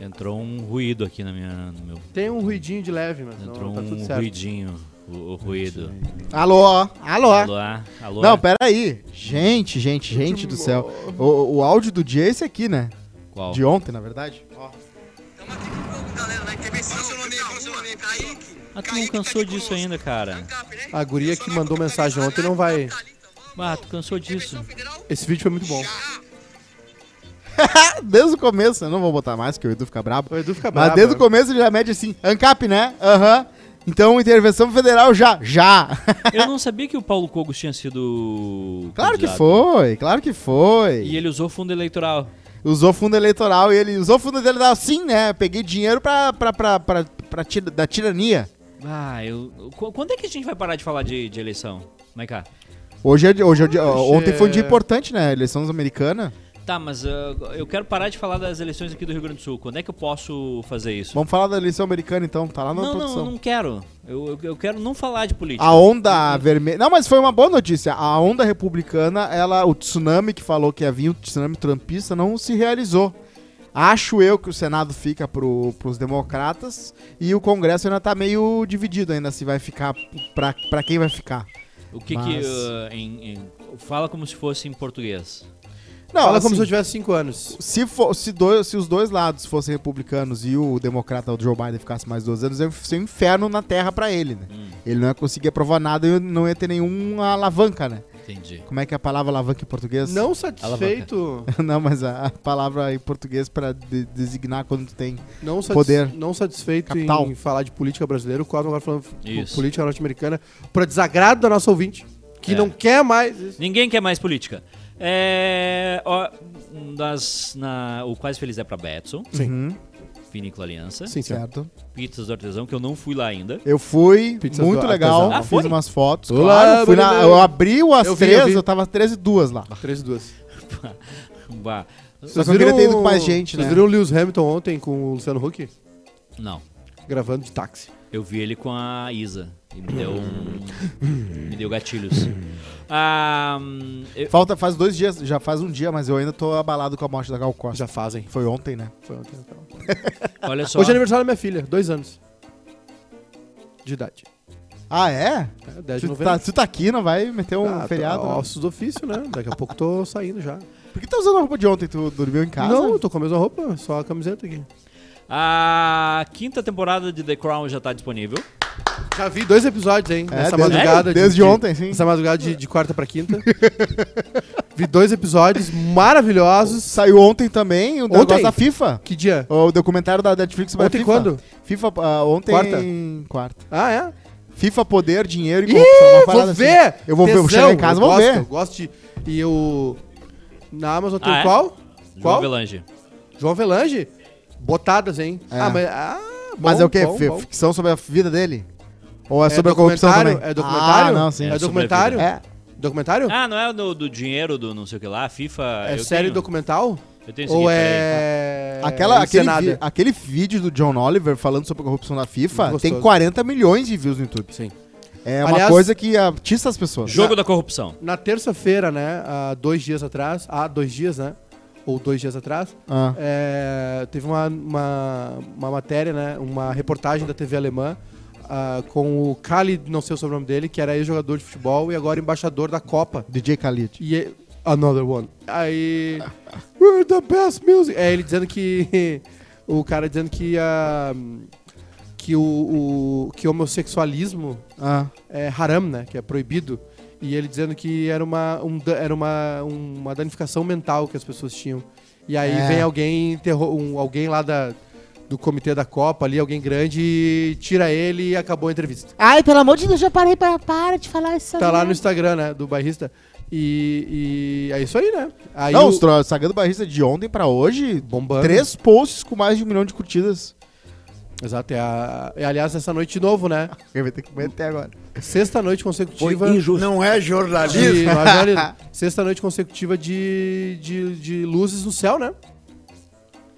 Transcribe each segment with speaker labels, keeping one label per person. Speaker 1: Entrou um ruído aqui na minha, no meu.
Speaker 2: Tem um ruidinho de leve, mas não,
Speaker 1: Entrou
Speaker 2: tá tudo
Speaker 1: um
Speaker 2: certo.
Speaker 1: ruidinho, o, o ruído.
Speaker 3: Alô, alô.
Speaker 1: Alô, ah, alô.
Speaker 3: Não, peraí. Gente, gente, gente do céu. O, o áudio do dia é esse aqui, né?
Speaker 1: Qual?
Speaker 3: De ontem, na verdade.
Speaker 1: Ah, tu não
Speaker 3: tá
Speaker 1: cansou disso ainda, cara?
Speaker 2: A guria que mandou mensagem ontem Tá não vai.
Speaker 1: Ah, tu cansou disso.
Speaker 3: tá
Speaker 2: Esse vídeo foi muito bom.
Speaker 3: Ah, Desde o começo, eu não vou botar mais, que o Edu fica brabo.
Speaker 2: O Edu fica bravo. né?
Speaker 3: Mas desde o começo ele já mede assim, ANCAP, né? Aham. Então, intervenção federal já, já.
Speaker 1: Eu não sabia que o Paulo Cogos tinha sido.
Speaker 3: Claro que
Speaker 1: candidato.
Speaker 3: foi, claro que foi.
Speaker 1: E ele usou fundo eleitoral.
Speaker 3: Usou fundo eleitoral e ele usou fundo eleitoral sim, né? Peguei dinheiro pra, pra, pra, pra, pra tira- da tirania.
Speaker 1: Ah, eu. qu- Quando é que a gente vai parar de falar de, de eleição? Vai cá.
Speaker 3: Hoje, é, di- hoje é, di- ontem foi um dia
Speaker 2: é.
Speaker 3: importante, né? Eleições americanas.
Speaker 1: Tá, mas ah, eu quero parar de falar das eleições aqui do Rio Grande do Sul. Quando é que eu posso fazer isso?
Speaker 3: Vamos falar da eleição americana então, tá lá na
Speaker 1: não,
Speaker 3: produção.
Speaker 1: não, não quero. Eu, eu, eu quero não falar de política.
Speaker 3: A onda vermelha. Não, mas foi uma boa notícia. A onda republicana, ela, o tsunami que falou que ia vir, o tsunami trumpista, não se realizou. Acho eu que o Senado fica pro, pros democratas e o Congresso ainda tá meio dividido ainda se vai ficar pra, pra quem vai ficar.
Speaker 1: O que
Speaker 3: Mas-
Speaker 1: que. ah, em- em- fala como se fosse em português.
Speaker 3: Não,
Speaker 2: Fala como
Speaker 3: assim,
Speaker 2: se eu tivesse 5 anos.
Speaker 3: se, for, se, dois, se os dois lados fossem republicanos e o democrata o Joe Biden ficasse mais dois anos, ia ser um inferno na terra pra ele, né? Ele não ia conseguir aprovar nada e não ia ter nenhuma alavanca, né?
Speaker 1: Entendi.
Speaker 3: Como é que é a palavra alavanca em português?
Speaker 2: Não satisfeito.
Speaker 3: Não, mas a, a palavra em português pra de- designar quando tu tem.
Speaker 2: Não, satis-
Speaker 3: Poder.
Speaker 2: não satisfeito
Speaker 3: Capital.
Speaker 2: em falar de política brasileira, o Cosmo agora falando
Speaker 1: Isso.
Speaker 2: de política norte-americana, para desagrado da nossa ouvinte, que
Speaker 1: É.
Speaker 2: não quer mais isso.
Speaker 1: Ninguém quer mais política. É. Ó, das, na, o Quase Feliz é pra Betson,
Speaker 2: Sim.
Speaker 3: Uhum,
Speaker 1: Vinícola Aliança,
Speaker 2: Sim, sim.
Speaker 3: certo.
Speaker 1: Pizzas do Artesão, que eu não fui lá ainda.
Speaker 3: Eu fui,
Speaker 2: Pizzas
Speaker 3: muito
Speaker 2: do
Speaker 3: legal.
Speaker 2: artesanal.
Speaker 1: Ah, foi?
Speaker 3: fiz umas fotos.
Speaker 2: Olá,
Speaker 3: claro, fui na-
Speaker 2: bonito.
Speaker 3: eu abri o às
Speaker 2: Eu vi,
Speaker 3: três, eu,
Speaker 2: eu vi.
Speaker 3: tava às três e duas lá.
Speaker 2: Três e duas.
Speaker 1: Bah,
Speaker 3: Só que eu queria ter ido com mais gente,
Speaker 2: Vocês
Speaker 3: né?
Speaker 2: viram o Lewis Hamilton ontem com o Luciano Huck?
Speaker 1: Não.
Speaker 2: Gravando de táxi.
Speaker 1: Eu vi ele com a Isa. E me deu. um- me deu gatilhos. Ah, hum, eu-
Speaker 3: Falta, faz dois dias, já faz um dia, mas eu ainda tô abalado com a morte da Gal Costa.
Speaker 2: Já fazem.
Speaker 3: Foi ontem, né?
Speaker 2: Foi ontem. então.
Speaker 1: olha só.
Speaker 2: Hoje é aniversário da minha filha, dois anos. De idade.
Speaker 3: Ah, é?
Speaker 2: É, 10 de
Speaker 3: Tu
Speaker 2: novembro.
Speaker 3: tá, tu tá aqui, não vai meter um
Speaker 2: Ah, tô-
Speaker 3: feriado? não?
Speaker 2: Ossos do ofício, né? Daqui a pouco tô saindo já.
Speaker 3: Por que tá usando a roupa de ontem? Tu dormiu em casa?
Speaker 2: Não, eu tô com a mesma roupa, só a camiseta aqui.
Speaker 1: A quinta temporada de The Crown já tá disponível.
Speaker 2: Já vi dois episódios, hein?
Speaker 3: É,
Speaker 2: nessa
Speaker 3: desde-
Speaker 2: madrugada.
Speaker 3: é, desde ontem, sim.
Speaker 2: Nessa madrugada de, de quarta pra quinta. vi dois episódios maravilhosos.
Speaker 3: Saiu ontem também o
Speaker 2: Ontem?
Speaker 3: negócio da FIFA.
Speaker 2: Que dia?
Speaker 3: O documentário da Netflix sobre a
Speaker 2: Ontem
Speaker 3: FIFA.
Speaker 2: quando?
Speaker 3: FIFA, ah, ontem...
Speaker 2: Quarta?
Speaker 3: Quarta.
Speaker 2: Ah, é?
Speaker 3: FIFA, poder, dinheiro e
Speaker 2: Ih,
Speaker 3: corrupção. uma
Speaker 2: vou
Speaker 3: parada assim.
Speaker 2: ver!
Speaker 3: Eu vou ver, vou
Speaker 2: Tesão,
Speaker 3: chegar em casa,
Speaker 2: eu
Speaker 3: vou
Speaker 2: gosto,
Speaker 3: ver.
Speaker 2: Eu gosto de... E eu... Na Amazon tem
Speaker 1: Ah, é?
Speaker 2: qual?
Speaker 1: João
Speaker 2: Qual?
Speaker 1: Avelange.
Speaker 2: João Velange? Botadas, hein?
Speaker 3: É.
Speaker 2: Ah, mas... Ah,
Speaker 3: Mas
Speaker 2: bom,
Speaker 3: é o quê?
Speaker 2: bom,
Speaker 3: Fi-
Speaker 2: bom.
Speaker 3: Ficção sobre a vida dele? Ou é,
Speaker 2: É
Speaker 3: sobre a corrupção
Speaker 2: documentário?
Speaker 3: também?
Speaker 2: É documentário?
Speaker 3: Ah, não, sim.
Speaker 2: É
Speaker 1: É
Speaker 2: documentário?
Speaker 3: É.
Speaker 2: Documentário?
Speaker 1: Ah, não é do, do dinheiro, do não sei o que lá, FIFA.
Speaker 2: É
Speaker 1: eu
Speaker 2: série
Speaker 1: tenho,
Speaker 2: documental?
Speaker 1: Eu tá. tenho isso
Speaker 2: Ou
Speaker 1: aqui, peraí.
Speaker 2: é...
Speaker 3: Aquela, aquele,
Speaker 2: encenada?
Speaker 3: vi- aquele vídeo do John Oliver falando sobre a corrupção da FIFA
Speaker 2: Gostoso.
Speaker 3: tem 40 milhões de views no YouTube.
Speaker 2: Sim.
Speaker 3: É uma
Speaker 2: Aliás-
Speaker 3: coisa que atiça as pessoas.
Speaker 1: Jogo da corrupção.
Speaker 2: Na terça-feira, né? Há dois dias atrás. Há dois dias, né? Ou dois dias atrás.
Speaker 3: Ah.
Speaker 2: é, teve uma, uma, uma matéria, né? Uma reportagem da TV alemã ah, com o Khalid, não sei o sobrenome dele, que era ex-jogador de futebol e agora embaixador da Copa.
Speaker 3: DJ Khalid.
Speaker 2: E é- another one. Aí. We're the best music. É ele dizendo que. O cara dizendo que a. que o, o. que homossexualismo
Speaker 3: Ah.
Speaker 2: é haram, né? Que é proibido. E ele dizendo que era uma, um da- era uma, uma danificação mental que as pessoas tinham. E aí
Speaker 3: É.
Speaker 2: vem alguém, interro- um, alguém lá da, do comitê da Copa ali, alguém grande, e tira ele e acabou a entrevista.
Speaker 4: Ai, pelo amor de Deus, já parei para para de falar isso.
Speaker 2: Tá lá no Instagram, né? Do bairrista. E, e é isso aí, né? Aí
Speaker 3: não,
Speaker 2: o-
Speaker 3: o... tro- o Sagando Barrista de ontem pra hoje,
Speaker 2: bombando.
Speaker 3: três posts com mais de um milhão de curtidas.
Speaker 2: Exato. É a, é, aliás, essa noite de novo, né?
Speaker 3: Eu vou ter que comer até agora.
Speaker 2: Sexta noite consecutiva.
Speaker 5: Não é jornalismo.
Speaker 2: de, nós já lida- sexta noite consecutiva de, de, de luzes no céu, né?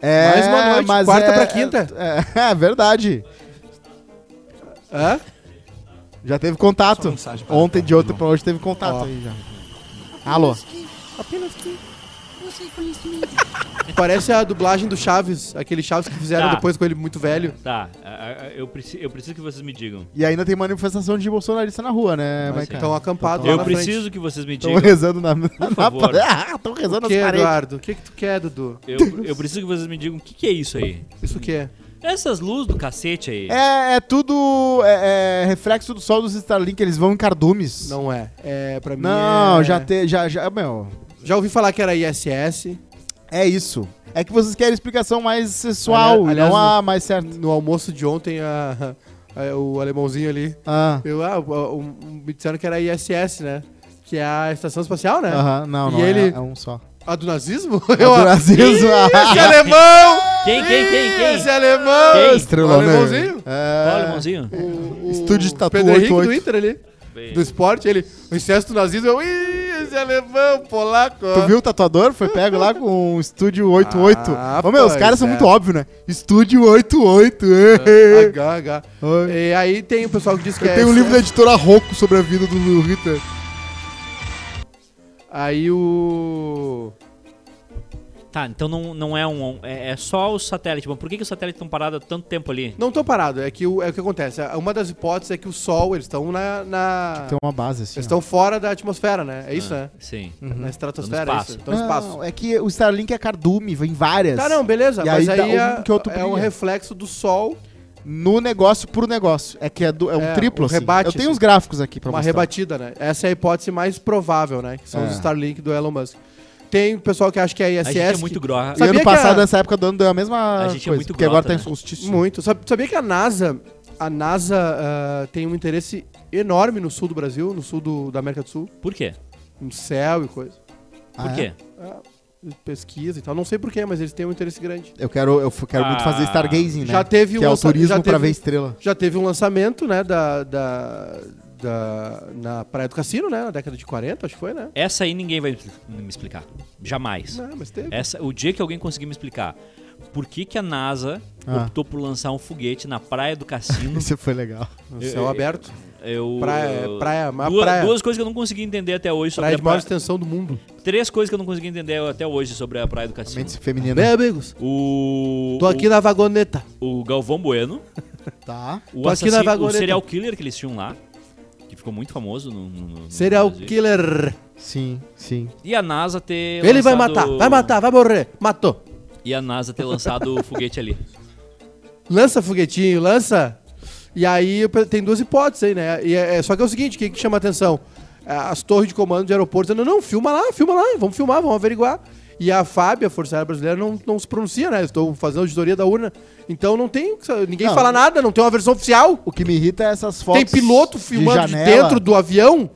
Speaker 3: É,
Speaker 2: Mais uma noite,
Speaker 3: mas
Speaker 2: quarta
Speaker 3: é-
Speaker 2: pra quinta.
Speaker 3: É, é verdade.
Speaker 2: Hã?
Speaker 3: Já teve contato. Ontem, de ontem pra hoje, teve contato
Speaker 2: Ó.
Speaker 3: aí já. Alô.
Speaker 2: Apenas que
Speaker 4: você conhecimento.
Speaker 2: Parece a dublagem do Chaves, aquele Chaves que fizeram
Speaker 1: Tá.
Speaker 2: depois com ele muito velho.
Speaker 1: Tá, a- a- eu, preci- eu preciso que vocês me digam.
Speaker 3: E ainda tem manifestação de bolsonarista na rua, né,
Speaker 1: Mas
Speaker 3: Maica?
Speaker 1: Cara,
Speaker 2: Estão acampados então, lá
Speaker 1: eu
Speaker 2: na
Speaker 1: preciso
Speaker 2: frente.
Speaker 1: que vocês me
Speaker 3: Estão
Speaker 1: digam.
Speaker 3: rezando na, na
Speaker 1: favor.
Speaker 3: parede. Ah, estão rezando
Speaker 2: O que,
Speaker 3: nas paredes.
Speaker 2: Eduardo? O que, que tu quer, Dudu?
Speaker 1: Eu, eu preciso que vocês me digam o que, que é isso aí.
Speaker 2: Isso que é?
Speaker 1: Essas luzes do cacete aí.
Speaker 3: É, é tudo é, é reflexo do sol dos Starlink, eles vão em cardumes.
Speaker 2: Não é. É, pra mim
Speaker 3: Não,
Speaker 2: é-
Speaker 3: já te, já, já, meu,
Speaker 2: Já ouvi falar que era ISS.
Speaker 3: é isso. É que vocês querem explicação mais sexual,
Speaker 2: Ali- aliás,
Speaker 3: não
Speaker 2: no-
Speaker 3: a mais certa.
Speaker 2: No almoço de ontem, a- a- o alemãozinho ali...
Speaker 3: Ah,
Speaker 2: Eu, ah, o- o- me disseram que era ISS, né? Que é a estação espacial, né?
Speaker 3: aham, não,
Speaker 2: E
Speaker 3: não, é-
Speaker 2: ele-
Speaker 3: é, um só.
Speaker 2: A do nazismo? ah,
Speaker 3: É do nazismo.
Speaker 2: Esse é alemão!
Speaker 1: Quem, quem, quem, quem?
Speaker 2: Esse é alemão!
Speaker 1: Quem?
Speaker 3: Estrela,
Speaker 2: O
Speaker 3: né?
Speaker 2: alemãozinho?
Speaker 1: Olha,
Speaker 3: É,
Speaker 1: irmãozinho.
Speaker 2: O,
Speaker 3: Estúdio de Tatu
Speaker 2: Pedro Henrique
Speaker 3: 88.
Speaker 2: do Inter ali, do esporte, ele... O excesso do nazismo, eu... Ih, esse é alemão, polaco! ó."
Speaker 3: Tu viu o tatuador? Foi pego lá com o Estúdio 88.
Speaker 2: Ah,
Speaker 3: Ô, meu, os
Speaker 2: pois
Speaker 3: caras são
Speaker 2: é.
Speaker 3: muito óbvios, né? Estúdio 88.
Speaker 2: H, H.
Speaker 3: Oi.
Speaker 2: E aí tem o pessoal que diz que
Speaker 3: Eu
Speaker 2: Ah, é...
Speaker 3: tenho um livro da
Speaker 2: SS.
Speaker 3: editora Rocco sobre a vida do, do Hitler.
Speaker 2: Aí o...
Speaker 1: Tá, então não, não é um. É, é só o satélite. Bom, por que, que os satélites estão parados há tanto tempo ali?
Speaker 2: Não tô parado, é que o, é o que acontece. Uma das hipóteses é que o Sol, eles estão na... na-
Speaker 3: Tem uma base assim.
Speaker 2: Eles
Speaker 3: ó.
Speaker 2: estão fora da atmosfera, né? É isso, né?
Speaker 1: Sim.
Speaker 2: Na
Speaker 1: Tá
Speaker 2: estratosfera,
Speaker 1: no
Speaker 2: é
Speaker 1: espaço.
Speaker 2: isso. Estão no
Speaker 3: Não,
Speaker 2: espaço.
Speaker 3: É que o Starlink é cardume, vem várias.
Speaker 2: Tá, não, beleza.
Speaker 3: E
Speaker 2: mas
Speaker 3: aí
Speaker 2: aí,
Speaker 3: dá um
Speaker 2: é,
Speaker 3: que outro
Speaker 2: é um
Speaker 3: brilha.
Speaker 2: reflexo do sol,
Speaker 3: No negócio pro negócio. É que é, do- é um
Speaker 2: É,
Speaker 3: triplo,
Speaker 2: um
Speaker 3: assim.
Speaker 2: rebate,
Speaker 3: Eu tenho
Speaker 2: assim.
Speaker 3: uns gráficos aqui pra
Speaker 2: uma
Speaker 3: mostrar.
Speaker 2: rebatida, né? Essa é a hipótese mais provável, né? Que são
Speaker 3: É.
Speaker 2: os Starlink do Elon Musk. Tem o pessoal que acha que é
Speaker 1: a
Speaker 2: ISS.
Speaker 1: gente é
Speaker 2: que-
Speaker 1: muito grossa.
Speaker 3: E
Speaker 2: Sabia
Speaker 3: ano
Speaker 2: que
Speaker 3: passado,
Speaker 2: a-
Speaker 3: nessa época do ano, deu a mesma
Speaker 1: A gente é
Speaker 3: coisa.
Speaker 1: muito
Speaker 3: porque
Speaker 1: grota,
Speaker 3: agora tá em
Speaker 1: né?
Speaker 3: solstício.
Speaker 2: Muito. Sab- Sabia que a NASA, a NASA ah, tem um interesse enorme no sul do Brasil, no sul do- da América do Sul,
Speaker 1: Por quê?
Speaker 2: no céu e coisa.
Speaker 1: Por
Speaker 3: Ah, é?
Speaker 1: quê?
Speaker 2: Pesquisa e tal. Não sei porquê, mas eles têm um interesse grande.
Speaker 3: Eu quero, eu f- quero muito
Speaker 1: Ah.
Speaker 3: fazer Stargazing, né?
Speaker 2: Já teve
Speaker 3: que
Speaker 2: um
Speaker 3: é o
Speaker 2: lança-
Speaker 3: turismo
Speaker 2: já
Speaker 3: pra
Speaker 2: teve-
Speaker 3: ver estrela.
Speaker 2: Já teve um lançamento, né, da, da, da- na Praia do Cassino, né, na década de 40, acho que foi, né?
Speaker 1: Essa aí ninguém vai me explicar. Jamais.
Speaker 2: Não, mas teve.
Speaker 1: Essa, o dia que alguém conseguir me explicar por que, que a NASA
Speaker 3: Ah.
Speaker 1: optou por lançar um foguete na praia do cassino,
Speaker 3: Isso foi legal.
Speaker 2: Céu aberto.
Speaker 1: eu.
Speaker 2: Praia- praia- mas
Speaker 1: duas,
Speaker 2: praia.
Speaker 1: duas coisas que eu não consegui entender até hoje sobre
Speaker 2: Praia
Speaker 1: a
Speaker 2: de
Speaker 1: praia-
Speaker 2: maior extensão do mundo.
Speaker 1: Três coisas que eu não consegui entender até hoje sobre a praia do cassino.
Speaker 3: Mente feminina.
Speaker 2: Bem, amigos,
Speaker 1: né? O.
Speaker 2: tô aqui na vagoneta.
Speaker 1: O, o Galvão Bueno.
Speaker 3: Tá.
Speaker 1: O,
Speaker 2: Tô aqui na
Speaker 1: assassino, o
Speaker 2: vagoneta.
Speaker 1: serial killer que eles tinham lá, que ficou muito famoso no, no- no- no
Speaker 2: Serial
Speaker 1: Brasil.
Speaker 2: killer.
Speaker 3: Sim, sim.
Speaker 1: E a NASA ter
Speaker 2: Ele vai matar,
Speaker 1: lançado-
Speaker 2: vai matar, vai morrer. Matou.
Speaker 1: E a NASA ter lançado o foguete ali.
Speaker 2: Lança foguetinho, lança. E aí eu pe- tem duas hipóteses aí, né? E é, é- só que é o seguinte, o que, que chama atenção? Ah, As torres de comando de aeroporto dizendo, não, filma lá, filma lá, vamos filmar, vamos averiguar. E a FAB, a Força Aérea Brasileira, não, não se pronuncia, né? Estou fazendo auditoria da urna. Então não tem. Ninguém
Speaker 3: Não.
Speaker 2: fala nada, não tem uma versão oficial.
Speaker 3: O que me irrita é essas fotos.
Speaker 2: tem piloto filmando de,
Speaker 3: janela.
Speaker 2: dentro do avião,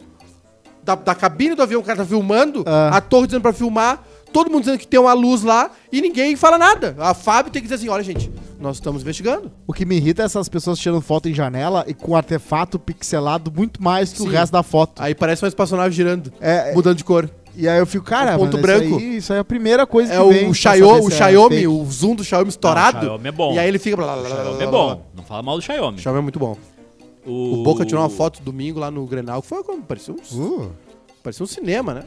Speaker 2: da, da cabine do avião, o cara tá filmando,
Speaker 3: Ah.
Speaker 2: a torre dizendo pra filmar, todo mundo dizendo que tem uma luz lá e ninguém fala nada. A Fábio tem que dizer assim: olha, gente, nós estamos investigando.
Speaker 3: O que me irrita é essas pessoas tirando foto em janela e com artefato pixelado muito mais que o
Speaker 2: Sim.
Speaker 3: resto da foto.
Speaker 2: Aí parece uma espaçonave girando,
Speaker 3: É,
Speaker 2: mudando de cor.
Speaker 3: e aí eu fico, cara,
Speaker 2: O ponto
Speaker 3: mano,
Speaker 2: branco.
Speaker 3: Isso aí, isso aí é a primeira coisa
Speaker 2: É
Speaker 3: que vem.
Speaker 2: o, o,
Speaker 3: pra
Speaker 2: Xiao-
Speaker 3: saber
Speaker 2: o
Speaker 3: se é
Speaker 2: Xiaomi,
Speaker 3: fake.
Speaker 2: o zoom do Xiaomi estourado.
Speaker 1: Não, o Xiaomi é bom.
Speaker 2: E aí ele fica. Blá, blá,
Speaker 1: O
Speaker 2: blá, blá,
Speaker 1: Xiaomi
Speaker 2: blá,
Speaker 1: é
Speaker 2: blá.
Speaker 1: bom. Não fala mal do
Speaker 2: O
Speaker 1: Xiaomi.
Speaker 2: Xiaomi é muito bom. O Boca tirou uma foto domingo lá no Grenal, que foi como? Parecia um,
Speaker 3: Uh,
Speaker 2: parecia um cinema, né?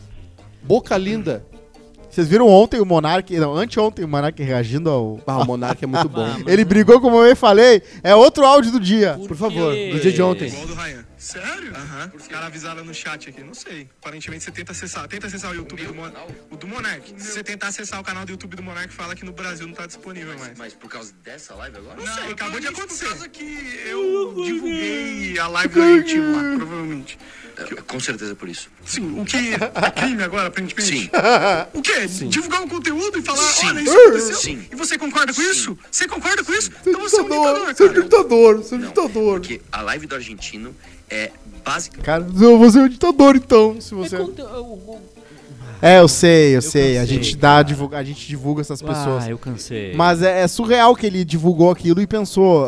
Speaker 2: Boca linda.
Speaker 3: Vocês viram ontem o Monark, não, anteontem o Monark reagindo ao...
Speaker 2: Ah, o Monarca é muito bom.
Speaker 1: Ah, mas
Speaker 3: Ele brigou como eu falei, é outro áudio do dia.
Speaker 2: Por favor,
Speaker 1: quê?
Speaker 2: do dia de ontem.
Speaker 6: Igual do Ryan. Sério? Aham. Os caras avisaram no chat aqui, não sei. Aparentemente você tenta acessar. Tenta acessar o YouTube do Monark. O do Monark. Se você tentar acessar o canal do YouTube do Monark, fala que no Brasil não tá disponível mais.
Speaker 7: Mas por causa dessa live agora?
Speaker 6: Não, sei, acabou de acontecer. Por causa que eu divulguei a live do YouTube lá, provavelmente.
Speaker 7: É, Com certeza por isso.
Speaker 6: Sim, o que é crime agora, aparentemente?
Speaker 7: Sim.
Speaker 6: O quê? Divulgar um conteúdo e falar,
Speaker 7: Sim.
Speaker 6: olha, isso aconteceu?
Speaker 7: Sim.
Speaker 6: E você concorda com isso? Você concorda com isso? Então você é um ditador,
Speaker 2: ditador, seu
Speaker 6: cara.
Speaker 2: ditador, seu
Speaker 7: Não,
Speaker 2: ditador.
Speaker 7: Porque a live do argentino é basicamente.
Speaker 3: Cara, eu vou ser o ditador então, se você... É, eu sei, eu, sei. A
Speaker 1: cansei,
Speaker 3: gente dá, divulga, a gente divulga essas pessoas.
Speaker 1: Ah, eu cansei.
Speaker 3: Mas é, é surreal que ele divulgou aquilo e pensou ah,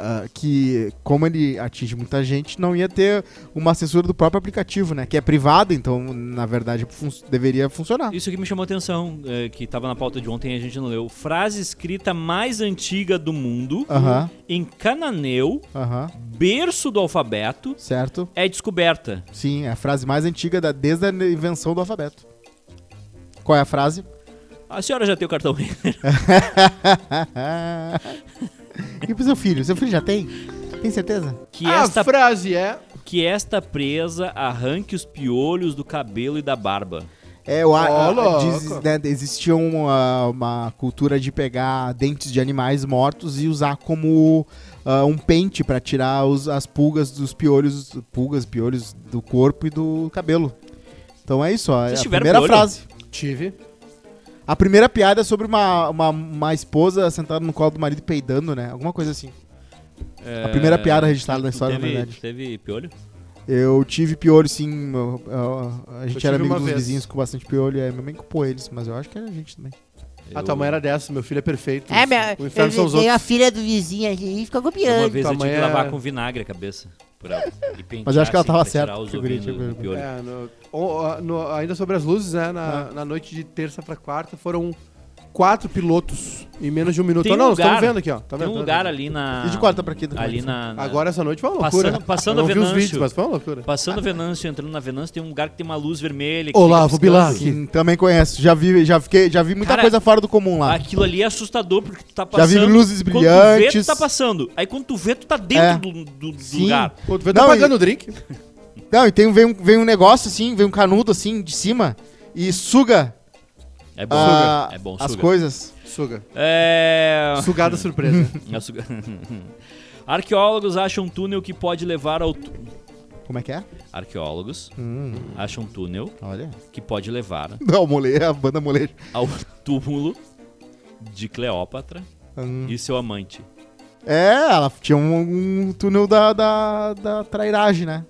Speaker 3: ah, ah, que, como ele atinge muita gente, não ia ter uma censura do próprio aplicativo, né? Que é privado, então, na verdade, fun- deveria funcionar.
Speaker 1: Isso que me chamou a atenção, é, que tava na pauta de ontem e a gente não leu. Frase escrita mais antiga do mundo,
Speaker 3: Aham,
Speaker 1: em cananeu,
Speaker 3: aham.
Speaker 1: berço do alfabeto,
Speaker 3: Certo?
Speaker 1: é descoberta.
Speaker 3: Sim, é a frase mais antiga da, desde a invenção do alfabeto. Qual é a frase?
Speaker 1: A senhora já tem o cartão Renner.
Speaker 3: e pro seu filho? Seu filho já tem? Tem certeza?
Speaker 1: Que
Speaker 2: a
Speaker 1: esta,
Speaker 2: frase é...
Speaker 1: que esta presa arranque os piolhos do cabelo e da barba.
Speaker 3: É, o, a,
Speaker 2: Ó,
Speaker 3: a-
Speaker 2: louco.
Speaker 3: diz, né, existia uma, uma cultura de pegar dentes de animais mortos e usar como ah, um pente pra tirar os- as pulgas dos piolhos, pulgas, piolhos do corpo e do cabelo. Então é isso, ó, é
Speaker 1: Vocês
Speaker 3: a
Speaker 1: tiveram
Speaker 3: primeira
Speaker 1: piolho?
Speaker 3: frase.
Speaker 2: Tive.
Speaker 3: A primeira piada é sobre uma, uma, uma esposa sentada no colo do marido peidando, né? Alguma coisa assim. A primeira piada registrada na
Speaker 1: É, Tu
Speaker 3: história, na
Speaker 1: teve,
Speaker 3: verdade.
Speaker 1: tu teve piolho?
Speaker 3: Eu tive piolho, sim. meu- eu- a gente
Speaker 2: tive
Speaker 3: era amigo
Speaker 2: uma
Speaker 3: dos
Speaker 2: vez.
Speaker 3: vizinhos com bastante piolho. É, minha mãe culpou eles, mas eu acho que era a gente também.
Speaker 2: A tua mãe era dessa, meu filho é perfeito.
Speaker 4: É, minha,
Speaker 2: O inferno são
Speaker 4: eu
Speaker 2: os
Speaker 4: dei a
Speaker 2: outros.
Speaker 4: filha do vizinho ali e ficou
Speaker 1: Uma
Speaker 4: copiando.
Speaker 1: vez eu
Speaker 2: tua
Speaker 1: tive que
Speaker 2: mãe
Speaker 1: lavar
Speaker 2: é-
Speaker 1: com vinagre a cabeça. pra- e pentear,
Speaker 3: Mas eu acho que ela
Speaker 1: assim,
Speaker 3: tava
Speaker 1: pra tirar
Speaker 3: certa,
Speaker 1: os
Speaker 3: que eu queria
Speaker 1: ovinhos
Speaker 3: te
Speaker 1: do
Speaker 3: ver.
Speaker 1: piolho.
Speaker 2: É, no- o- no- ainda sobre as luzes, né?
Speaker 1: Ah.
Speaker 2: Na, na noite de terça pra quarta, foram quatro pilotos em menos de um minuto.
Speaker 1: Tem um
Speaker 2: Ah, não,
Speaker 1: lugar-
Speaker 2: estamos vendo aqui, ó. Tá
Speaker 1: Tem
Speaker 2: vendo?
Speaker 1: um lugar ali na.
Speaker 3: É, E de quarta pra quinta, como é
Speaker 1: Ali
Speaker 3: que
Speaker 1: na. na-
Speaker 2: Agora essa noite foi uma
Speaker 1: Passando-
Speaker 2: loucura.
Speaker 1: passando
Speaker 2: Eu não vi os
Speaker 1: Venâncio.
Speaker 2: vídeos, mas foi uma loucura.
Speaker 1: Passando Venâncio, entrando na Venâncio, tem um lugar que tem uma luz vermelha. que
Speaker 2: Olavo
Speaker 1: fica piscando.
Speaker 2: Bilac.
Speaker 3: Que também conheço. Já vi, já fiquei, já vi muita
Speaker 1: Cara,
Speaker 3: coisa fora do comum lá.
Speaker 1: Aquilo ali é assustador porque tu tá
Speaker 3: Já
Speaker 1: passando.
Speaker 3: vi luzes
Speaker 1: Quando tu vê, tu
Speaker 3: brilhantes.
Speaker 1: tá passando. Aí quando tu vê, tu tá dentro
Speaker 3: É.
Speaker 1: do, do- do
Speaker 3: Sim.
Speaker 1: lugar.
Speaker 2: Pô, tu vê, tá
Speaker 3: Não, e-
Speaker 2: pagando o drink.
Speaker 3: Não, e tem, um- vem, um, vem um negócio assim, vem um canudo assim de cima e suga,
Speaker 1: É bom,
Speaker 3: ah,
Speaker 1: suga. É bom,
Speaker 3: as
Speaker 1: suga.
Speaker 3: coisas.
Speaker 2: Suga.
Speaker 1: É.
Speaker 2: Sugada surpresa.
Speaker 1: é suga. Arqueólogos acham um túnel que pode levar ao. tu-
Speaker 3: Como é que é?
Speaker 1: Arqueólogos
Speaker 3: Hum,
Speaker 1: acham um túnel
Speaker 3: olha.
Speaker 1: que pode levar
Speaker 3: Não, molejo, a banda molejo.
Speaker 1: ao túmulo de Cleópatra
Speaker 3: Hum.
Speaker 1: e seu amante.
Speaker 3: É, ela tinha um, um túnel da, da, da trairagem, né?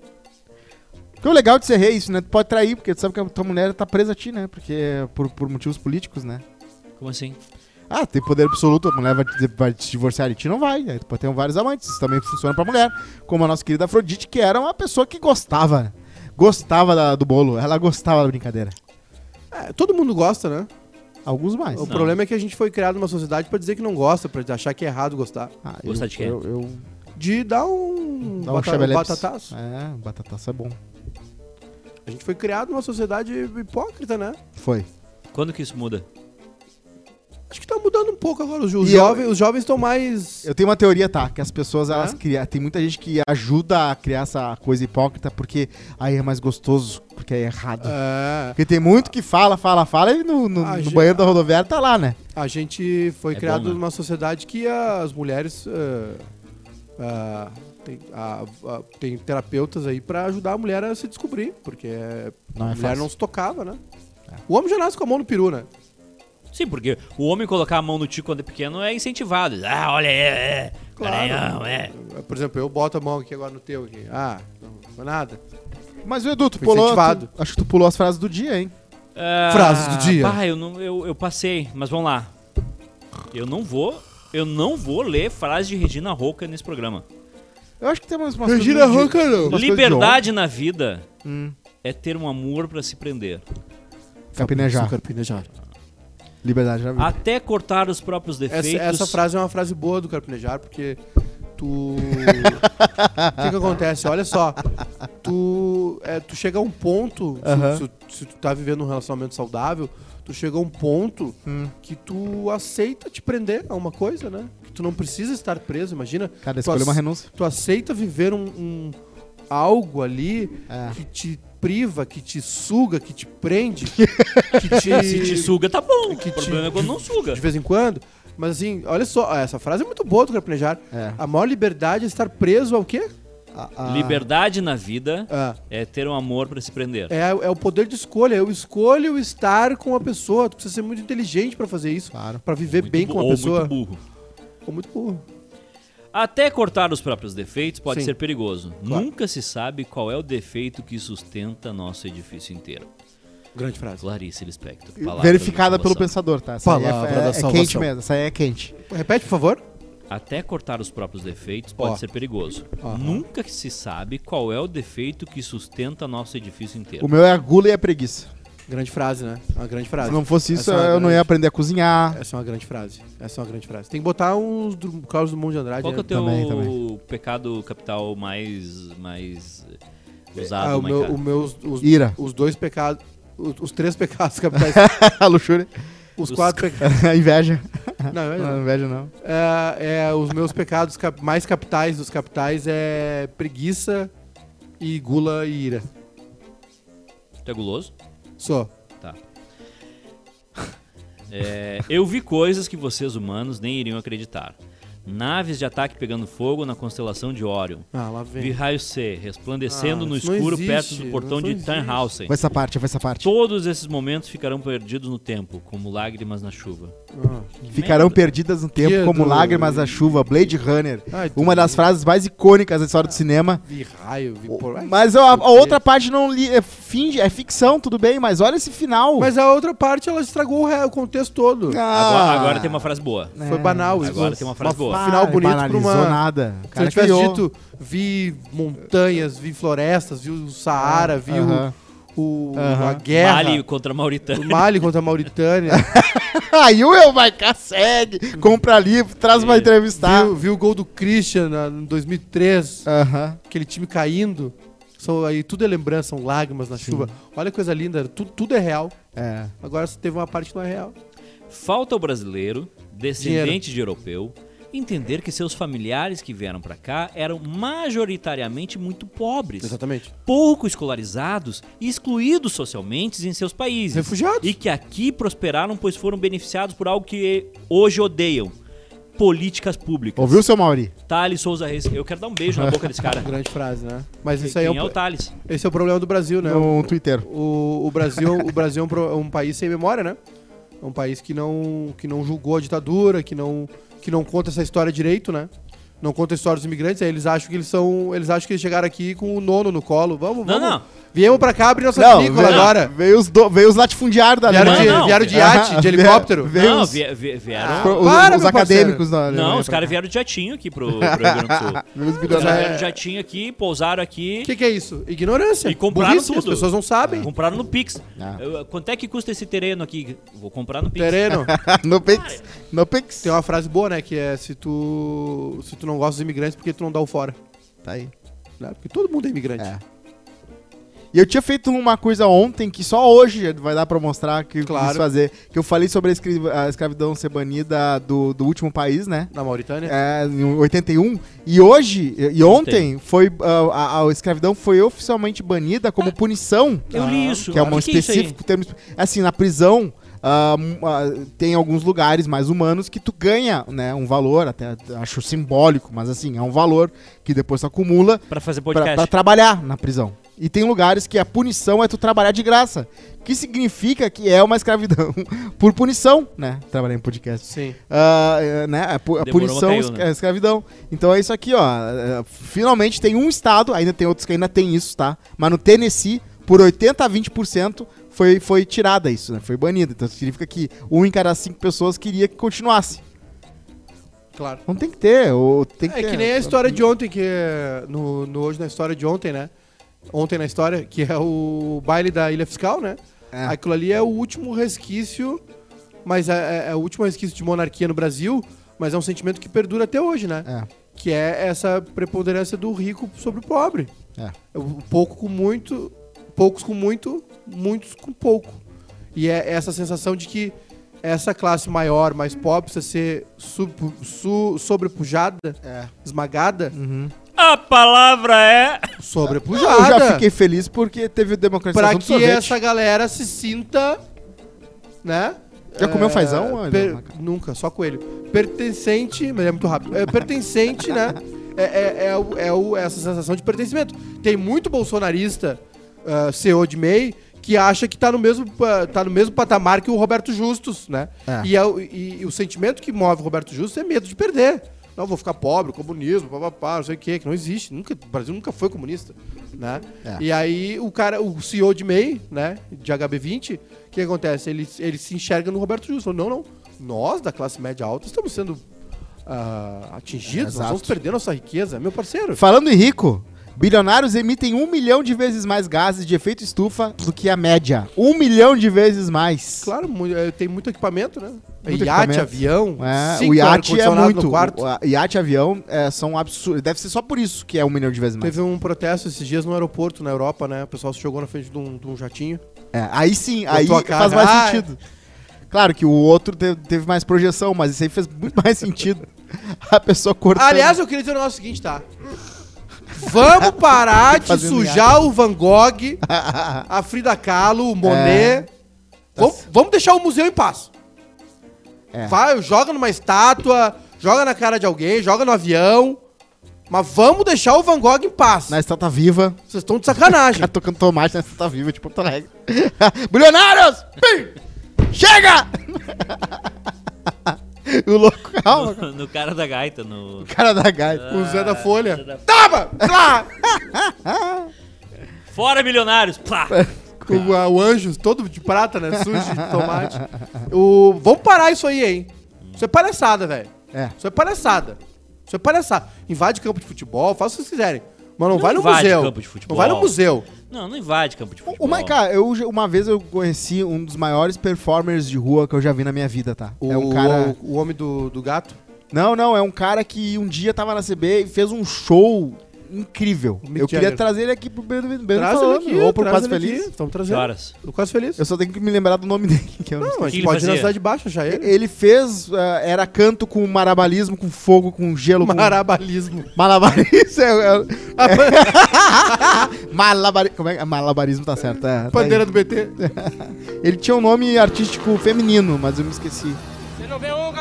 Speaker 3: Porque o legal de ser rei é isso, né? Tu pode trair, porque tu sabe que a tua mulher tá presa a ti, né? Porque por, por motivos políticos, né?
Speaker 1: Como assim?
Speaker 3: Ah, tem poder absoluto, a mulher vai te, vai te divorciar de ti, não vai, né? Tu pode ter vários amantes, isso também funciona pra mulher. Como a nossa querida Afrodite, que era uma pessoa que gostava. né? Gostava da- do bolo, ela gostava da brincadeira.
Speaker 2: É, todo mundo gosta, né?
Speaker 3: Alguns mais.
Speaker 2: O problema é que a gente foi criado numa sociedade pra dizer que não gosta, pra achar que é errado gostar.
Speaker 3: Ah,
Speaker 1: Gostar de quê?
Speaker 3: Eu, eu,
Speaker 2: De dar um,
Speaker 3: dá um
Speaker 2: bata-
Speaker 3: chabeleps.
Speaker 2: batataço.
Speaker 3: É, batataço é bom.
Speaker 2: A gente foi criado numa sociedade hipócrita, né?
Speaker 3: Foi.
Speaker 1: Quando que isso muda?
Speaker 2: Acho que tá mudando um pouco agora. Os, os
Speaker 3: E
Speaker 2: jovens os jovens estão mais.
Speaker 3: Eu tenho uma teoria, tá? Que as pessoas, elas
Speaker 2: Hã?
Speaker 3: criam. Tem muita gente que ajuda a criar essa coisa hipócrita porque aí é mais gostoso, porque é errado.
Speaker 2: É,
Speaker 3: Porque tem muito que fala, fala, fala e no, no-
Speaker 2: Ah,
Speaker 3: no
Speaker 2: ge-
Speaker 3: banheiro da rodoviária tá lá, né?
Speaker 2: a gente foi
Speaker 1: É
Speaker 2: criado
Speaker 1: bom, né?
Speaker 2: numa sociedade que as mulheres. ah, ah, tem, ah, ah, tem terapeutas aí pra ajudar a mulher a se descobrir, porque
Speaker 3: Não é
Speaker 2: a mulher
Speaker 3: fácil.
Speaker 2: não se tocava, né?
Speaker 1: É.
Speaker 2: O homem já nasce com a mão no peru, né?
Speaker 1: Sim, porque o homem colocar a mão no tico quando é pequeno é incentivado. Ah, olha aí, é. Garanhão, é.
Speaker 2: Por exemplo, eu boto a mão aqui agora no teu aqui. Ah, não foi nada.
Speaker 3: Mas o Edu, tu
Speaker 2: Fui
Speaker 3: pulou.
Speaker 2: incentivado.
Speaker 3: tu- acho que tu pulou as frases do dia, hein?
Speaker 1: Ah,
Speaker 2: Frases do dia.
Speaker 1: Ah, eu, não, eu, eu passei, mas vamos lá. Eu não vou. Eu não vou ler frase de Regina Roca nesse programa.
Speaker 3: Eu acho que temos umas
Speaker 2: Regina
Speaker 3: coisas do
Speaker 2: Roca,
Speaker 3: dia-
Speaker 2: não.
Speaker 3: umas
Speaker 1: Liberdade na vida
Speaker 3: coisas de homem. Hum.
Speaker 1: é ter um amor pra se prender.
Speaker 3: Capinejar.
Speaker 2: Carpinejar.
Speaker 3: Liberdade na vida.
Speaker 1: Até cortar os próprios
Speaker 2: Essa,
Speaker 1: defeitos.
Speaker 2: essa frase é uma frase boa do Carpinejar, porque tu. O que, que acontece? Olha só. Tu, é, tu chega a um ponto, se-
Speaker 3: Aham.
Speaker 2: se, se tu tá vivendo um relacionamento saudável, tu chega a um ponto
Speaker 3: Hum.
Speaker 2: que tu aceita te prender a uma coisa, né? Que tu não precisa estar preso, imagina.
Speaker 3: Cada
Speaker 2: tu
Speaker 3: escolha é uma
Speaker 2: ace-
Speaker 3: renúncia.
Speaker 2: tu aceita viver um, um algo ali
Speaker 3: É.
Speaker 2: que te priva, que te suga, que te prende, que te,
Speaker 1: Se te suga, tá bom.
Speaker 2: que
Speaker 1: o problema
Speaker 2: te-
Speaker 1: é quando não suga.
Speaker 2: de vez em quando. Mas assim, olha só, essa frase é muito boa do Carpinejar.
Speaker 3: É.
Speaker 2: A maior liberdade é estar preso ao quê?
Speaker 3: A- a-
Speaker 1: Liberdade na vida
Speaker 2: Ah,
Speaker 1: é ter um amor pra se prender.
Speaker 2: é, é o poder de escolha. Eu escolho estar com a pessoa. Tu precisa ser muito inteligente pra fazer isso.
Speaker 3: Claro.
Speaker 2: Pra viver
Speaker 1: Muito
Speaker 2: É bem
Speaker 1: bu-
Speaker 2: com a
Speaker 1: ou
Speaker 2: pessoa.
Speaker 1: Muito burro.
Speaker 2: Ou muito burro.
Speaker 1: Até cortar os próprios defeitos pode
Speaker 2: Sim.
Speaker 1: ser perigoso. Nunca se sabe qual é o defeito que sustenta nosso edifício inteiro. É
Speaker 2: Grande frase.
Speaker 1: Clarice Lispector.
Speaker 3: Verificada pelo
Speaker 1: pensamento.
Speaker 3: pensador, tá? Essa aí é-
Speaker 2: Palavra
Speaker 3: é-
Speaker 2: da
Speaker 3: é
Speaker 2: salvação.
Speaker 3: quente mesmo, essa aí é quente.
Speaker 2: Repete, por favor.
Speaker 1: Até cortar os próprios defeitos pode
Speaker 2: Ó.
Speaker 1: ser perigoso.
Speaker 2: Aham.
Speaker 1: Nunca se sabe qual é o defeito que sustenta nosso edifício inteiro.
Speaker 3: O meu é a gula e a preguiça.
Speaker 2: Grande frase, né? Uma grande frase.
Speaker 3: Se não fosse isso,
Speaker 2: Essa é uma
Speaker 3: eu não
Speaker 2: grande.
Speaker 3: ia aprender a cozinhar.
Speaker 2: Essa é uma grande frase. Essa é uma grande frase. Tem que botar uns do Carlos Drummond de Andrade.
Speaker 1: Qual que é
Speaker 2: né?
Speaker 1: o teu
Speaker 3: Também, também.
Speaker 1: pecado capital mais mais eh, usado,
Speaker 2: Ah, o
Speaker 1: Maiká?
Speaker 2: meu, o meus, os,
Speaker 3: Ira.
Speaker 2: os dois pecados. os, os três pecados capitais.
Speaker 3: a luxúria.
Speaker 2: os
Speaker 1: Os
Speaker 2: quatro pecados.
Speaker 3: A inveja.
Speaker 2: Não, é,
Speaker 3: Não,
Speaker 2: não.
Speaker 3: inveja não.
Speaker 2: É, é, os meus pecados cap- mais capitais dos capitais é preguiça e gula e ira.
Speaker 1: Tu é guloso?
Speaker 2: Só.
Speaker 1: É, eu vi coisas que vocês humanos nem iriam acreditar. Naves de ataque pegando fogo na constelação de Orion.
Speaker 2: Ah, lá
Speaker 1: Vi
Speaker 2: vem.
Speaker 1: raio C, resplandecendo
Speaker 2: Ah,
Speaker 1: no
Speaker 2: isso não
Speaker 1: escuro
Speaker 2: existe,
Speaker 1: perto do portão
Speaker 2: isso
Speaker 1: de
Speaker 2: não existe.
Speaker 1: Tannhausen.
Speaker 3: Vai essa parte, vai essa parte.
Speaker 1: Todos esses momentos ficarão perdidos no tempo, como lágrimas na chuva.
Speaker 3: Ficarão
Speaker 1: merda.
Speaker 3: perdidas no tempo
Speaker 2: Dia
Speaker 3: como
Speaker 2: do-
Speaker 3: lágrimas da chuva. Blade Runner.
Speaker 2: Ai, tu-
Speaker 3: Uma das frases mais icônicas da história do cinema.
Speaker 2: Vi raio, vi por... Ai,
Speaker 3: Mas a, a
Speaker 2: por quê?
Speaker 3: outra parte não li. É, finge, é ficção, tudo bem, mas olha esse final.
Speaker 2: Mas a outra parte, ela estragou o re- o contexto todo.
Speaker 3: Ah,
Speaker 1: Agora, agora tem uma frase boa.
Speaker 2: Foi banal isso.
Speaker 1: Agora tem uma frase boa.
Speaker 2: Um final bonito pra
Speaker 3: banalizou
Speaker 2: uma...
Speaker 3: nada. O
Speaker 2: Se eu
Speaker 3: cara
Speaker 2: tivesse
Speaker 3: criou.
Speaker 2: dito, vi montanhas, vi florestas, vi o Saara, vi o-
Speaker 3: Aham.
Speaker 2: o,
Speaker 3: Aham.
Speaker 2: a guerra,
Speaker 1: Mali contra Mauritânia.
Speaker 2: o Mali contra a Mauritânia,
Speaker 3: Aí o Elmaicar segue, compra livro, traz pra
Speaker 1: É.
Speaker 3: entrevistar.
Speaker 2: vi, vi o gol do Christian na- em 2003,
Speaker 3: Aham.
Speaker 2: aquele time caindo. São, aí tudo é lembrança, são lágrimas na chuva. Olha que coisa linda, tu- tudo é real.
Speaker 3: É.
Speaker 2: Agora teve uma parte que não é real.
Speaker 1: Falta ao brasileiro, descendente de europeu, entender que seus familiares que vieram pra cá eram majoritariamente muito pobres,
Speaker 2: Exatamente.
Speaker 1: pouco escolarizados e excluídos socialmente em seus países.
Speaker 2: Refugiados.
Speaker 1: E que aqui prosperaram pois foram beneficiados por algo que hoje odeiam. Políticas públicas.
Speaker 3: Ouviu, seu Mauri?
Speaker 1: Thales Souza Reis. Eu quero dar um beijo na boca desse cara.
Speaker 2: Grande frase, né? Mas isso aí
Speaker 1: Quem
Speaker 2: é,
Speaker 1: é,
Speaker 2: um,
Speaker 1: o Thales?
Speaker 2: esse é o problema do Brasil, né?
Speaker 3: No Twitter.
Speaker 2: O, o Brasil, o Brasil é um pro- é um país sem memória, né? É um país que não, que não julgou a ditadura, que não, que não conta essa história direito, né? Não conta a história dos imigrantes, aí eles acham que eles são. Eles acham que eles chegaram aqui com o nono no colo. Vamos,
Speaker 1: Não,
Speaker 2: vamos.
Speaker 1: não.
Speaker 2: Viemos pra cá abrir nossa
Speaker 3: Não,
Speaker 2: vinícola
Speaker 3: veio-
Speaker 2: agora.
Speaker 3: Veio os, do, veio os latifundiários da
Speaker 2: Ah, Vieram de,
Speaker 1: Não, não.
Speaker 2: vieram de iate, de
Speaker 3: Aham.
Speaker 2: helicóptero.
Speaker 3: Veio Ah,
Speaker 1: não,
Speaker 3: os-
Speaker 1: vie- vie- vieram.
Speaker 3: Pro- os,
Speaker 2: Ah, Para,
Speaker 3: os
Speaker 2: meu
Speaker 3: acadêmicos é da
Speaker 1: não,
Speaker 3: Alemanha
Speaker 1: os
Speaker 3: pra
Speaker 1: caras É. vieram de jatinho aqui pro, pro Rio Grande do Sul.
Speaker 3: cá. Veio os
Speaker 1: Eles
Speaker 3: bilionários.
Speaker 1: vieram de jatinho aqui, pousaram aqui,
Speaker 2: O que, é? que é isso? Ignorância.
Speaker 1: E compraram tudo.
Speaker 2: As pessoas não sabem.
Speaker 1: compraram no Pix.
Speaker 3: Ah.
Speaker 1: Eu- Quanto é que custa esse terreno aqui? Vou comprar no Pix.
Speaker 2: Tereno.
Speaker 3: no Pix. No Pix.
Speaker 2: Tem uma frase boa, né? Que é se tu. Se tu não gosta dos imigrantes, porque tu não dá o fora.
Speaker 3: Tá aí.
Speaker 2: né? Porque todo mundo é imigrante.
Speaker 3: É. E eu tinha feito uma coisa ontem que só hoje vai dar pra mostrar que eu
Speaker 2: Claro.
Speaker 3: quis fazer. Que eu falei sobre a, escri- a escravidão ser banida do, do último país, né?
Speaker 2: Na Mauritânia.
Speaker 3: É, em 81. E hoje, e e ontem, foi ah, a, a escravidão foi oficialmente banida como punição.
Speaker 1: Ah, Eu li isso.
Speaker 3: Que é um
Speaker 1: O isso aí?
Speaker 3: específico termo. Assim, na prisão. ah, m- ah, tem alguns lugares mais humanos que tu ganha né, um valor, até acho simbólico, mas assim, é um valor que depois tu acumula
Speaker 1: Pra fazer
Speaker 3: pra,
Speaker 1: podcast.
Speaker 3: pra trabalhar na prisão. E tem lugares que a punição é tu trabalhar de graça. Que significa que é uma escravidão por punição, né? Trabalhar em podcast.
Speaker 2: Sim.
Speaker 3: Ah, é, né? A, pu- a
Speaker 1: Demorou,
Speaker 3: punição
Speaker 1: mas
Speaker 3: é
Speaker 1: caiu, né?
Speaker 3: escravidão. Então é isso aqui, ó. É, Finalmente tem um estado, ainda tem outros que ainda tem isso, tá? Mas no Tennessee, por 80 a 20%, foi, foi tirada isso, né? Foi banida. Então significa que um em cada cinco pessoas queria que continuasse.
Speaker 2: Claro.
Speaker 3: Não tem que ter, ou tem que
Speaker 2: É
Speaker 3: ter. né?
Speaker 2: que nem a história de ontem, que é no, no Hoje na História de ontem, né? Ontem na história, que é o baile da Ilha Fiscal, né?
Speaker 3: É.
Speaker 2: Aquilo ali é o último resquício, mas é, é- é o último resquício de monarquia no Brasil, mas é um sentimento que perdura até hoje, né?
Speaker 3: É.
Speaker 2: Que é essa preponderância do rico sobre o pobre.
Speaker 3: É.
Speaker 2: O pouco com muito, poucos com muito, muitos com pouco. E é essa sensação de que essa classe maior, mais pobre, precisa ser sub- su- sobrepujada,
Speaker 3: É.
Speaker 2: esmagada,
Speaker 1: A palavra é.
Speaker 2: sobrepujada.
Speaker 3: Eu já fiquei feliz porque teve democratização
Speaker 2: Pra
Speaker 3: do
Speaker 2: que
Speaker 3: sorvete.
Speaker 2: essa galera se sinta, né?
Speaker 3: Já comeu um fazão,
Speaker 2: É,
Speaker 3: Ana?
Speaker 2: per- Nunca, só coelho. Pertencente, mas é muito rápido. É, pertencente, né? É, é, é, o- é o- essa sensação de pertencimento. Tem muito bolsonarista, ah, CEO de MEI, que acha que tá no, mesmo, pa- tá no mesmo patamar que o Roberto Justus, né?
Speaker 3: É.
Speaker 2: E, é o- e- e o sentimento que move o Roberto Justus é medo de perder. Não, vou ficar pobre, comunismo, papapá, não sei o que, que não existe. Nunca, o Brasil nunca foi comunista, né?
Speaker 3: É.
Speaker 2: E aí o cara, o CEO de MEI, né, de HB20, o que acontece? Ele, ele se enxerga no Roberto Justus. Falou, Não, não, nós da classe média alta estamos sendo ah, atingidos, nós
Speaker 3: Exato.
Speaker 2: vamos perder nossa riqueza, meu parceiro.
Speaker 3: Falando em rico, bilionários emitem um milhão de vezes mais gases de efeito estufa do que a média. Um milhão de vezes mais.
Speaker 2: Claro, mu- eh, tem muito equipamento, né? É
Speaker 3: Muito
Speaker 2: iate,
Speaker 3: equipamento.
Speaker 2: avião,
Speaker 3: É,
Speaker 2: cinco
Speaker 3: o iate é
Speaker 2: ar-condicionado no
Speaker 3: muito.
Speaker 2: quarto.
Speaker 3: O a- iate e avião é, são absurdos. Deve ser só por isso que é um milhão de vezes mais.
Speaker 2: Teve um protesto esses dias no aeroporto na Europa, né? O pessoal se jogou na frente de um, de um jatinho.
Speaker 3: É, aí sim,
Speaker 2: a
Speaker 3: aí
Speaker 2: tua
Speaker 3: faz
Speaker 2: cara,
Speaker 3: mais
Speaker 2: "Ah".
Speaker 3: sentido. Claro que o outro te- teve, mais projeção, mas isso aí fez muito mais sentido. A pessoa cortando.
Speaker 2: Aliás, eu queria dizer o negócio seguinte, tá? Vamos parar de
Speaker 3: Fazendo
Speaker 2: sujar o Van Gogh, a Frida Kahlo, o Monet. Vamos, vamos deixar o museu em paz.
Speaker 3: Tá É.
Speaker 2: Vai, joga numa estátua, joga na cara de alguém, joga no avião. Mas vamos deixar o Van Gogh em paz.
Speaker 3: na estátua viva,
Speaker 2: Vocês estão de sacanagem.
Speaker 3: cara tocando tomate na estátua viva de Porto Alegre. Milionários! Pim! Chega! o louco, calma,
Speaker 1: No, no cara da gaita, no.
Speaker 3: cara da gaita.
Speaker 2: o Zé da Folha.
Speaker 1: Ah, Zé da-
Speaker 2: Toma! Lá!
Speaker 1: Fora milionários! Plá!
Speaker 2: Com a- o anjo todo de prata, né? Sujo de tomate. O, vamos parar isso aí, hein? Isso é palhaçada, velho.
Speaker 3: É.
Speaker 2: Isso é palhaçada. Isso é palhaçada. Invade campo de futebol, faça o que vocês quiserem. Mas não,
Speaker 1: Não
Speaker 2: vai no
Speaker 1: invade
Speaker 2: museu.
Speaker 1: campo de futebol.
Speaker 2: Não vai no museu.
Speaker 1: Não, não invade campo de
Speaker 3: Ô,
Speaker 2: Tipo,
Speaker 1: futebol.
Speaker 3: Ô, Maica, eu, já- uma vez eu conheci um dos maiores performers de rua que eu já vi na minha vida, tá?
Speaker 2: O,
Speaker 3: é um cara.
Speaker 2: o, o homem do, do gato.
Speaker 3: Não, não, é um cara que um dia tava na CB e fez um show incrível.
Speaker 2: O Mick
Speaker 3: eu queria
Speaker 2: Jagger.
Speaker 3: trazer ele aqui pro Bento Bento Bento
Speaker 2: Traz ele
Speaker 3: falando,
Speaker 2: aqui.
Speaker 3: ou pro
Speaker 2: traz
Speaker 3: Quase
Speaker 2: ele
Speaker 3: Feliz.
Speaker 2: aqui. Estamos
Speaker 1: Que
Speaker 2: trazendo.
Speaker 1: horas?
Speaker 2: Do Quase Feliz.
Speaker 3: Eu só tenho que me lembrar do nome dele, que eu não,
Speaker 2: Não, a
Speaker 1: que
Speaker 2: gente
Speaker 1: ele
Speaker 2: pode ir na
Speaker 1: fazia?
Speaker 2: Cidade Baixa já é
Speaker 3: sei.
Speaker 2: ele.
Speaker 3: Ele fez, ah, era canto com marabalismo, com fogo, com gelo,
Speaker 2: Marabalismo.
Speaker 3: com malabarismo. é- é- Malabari- Como é que é? Malabarismo tá certo. é, tá aí.
Speaker 2: Bandeira do BT.
Speaker 3: Ele tinha um nome artístico feminino, mas eu me esqueci.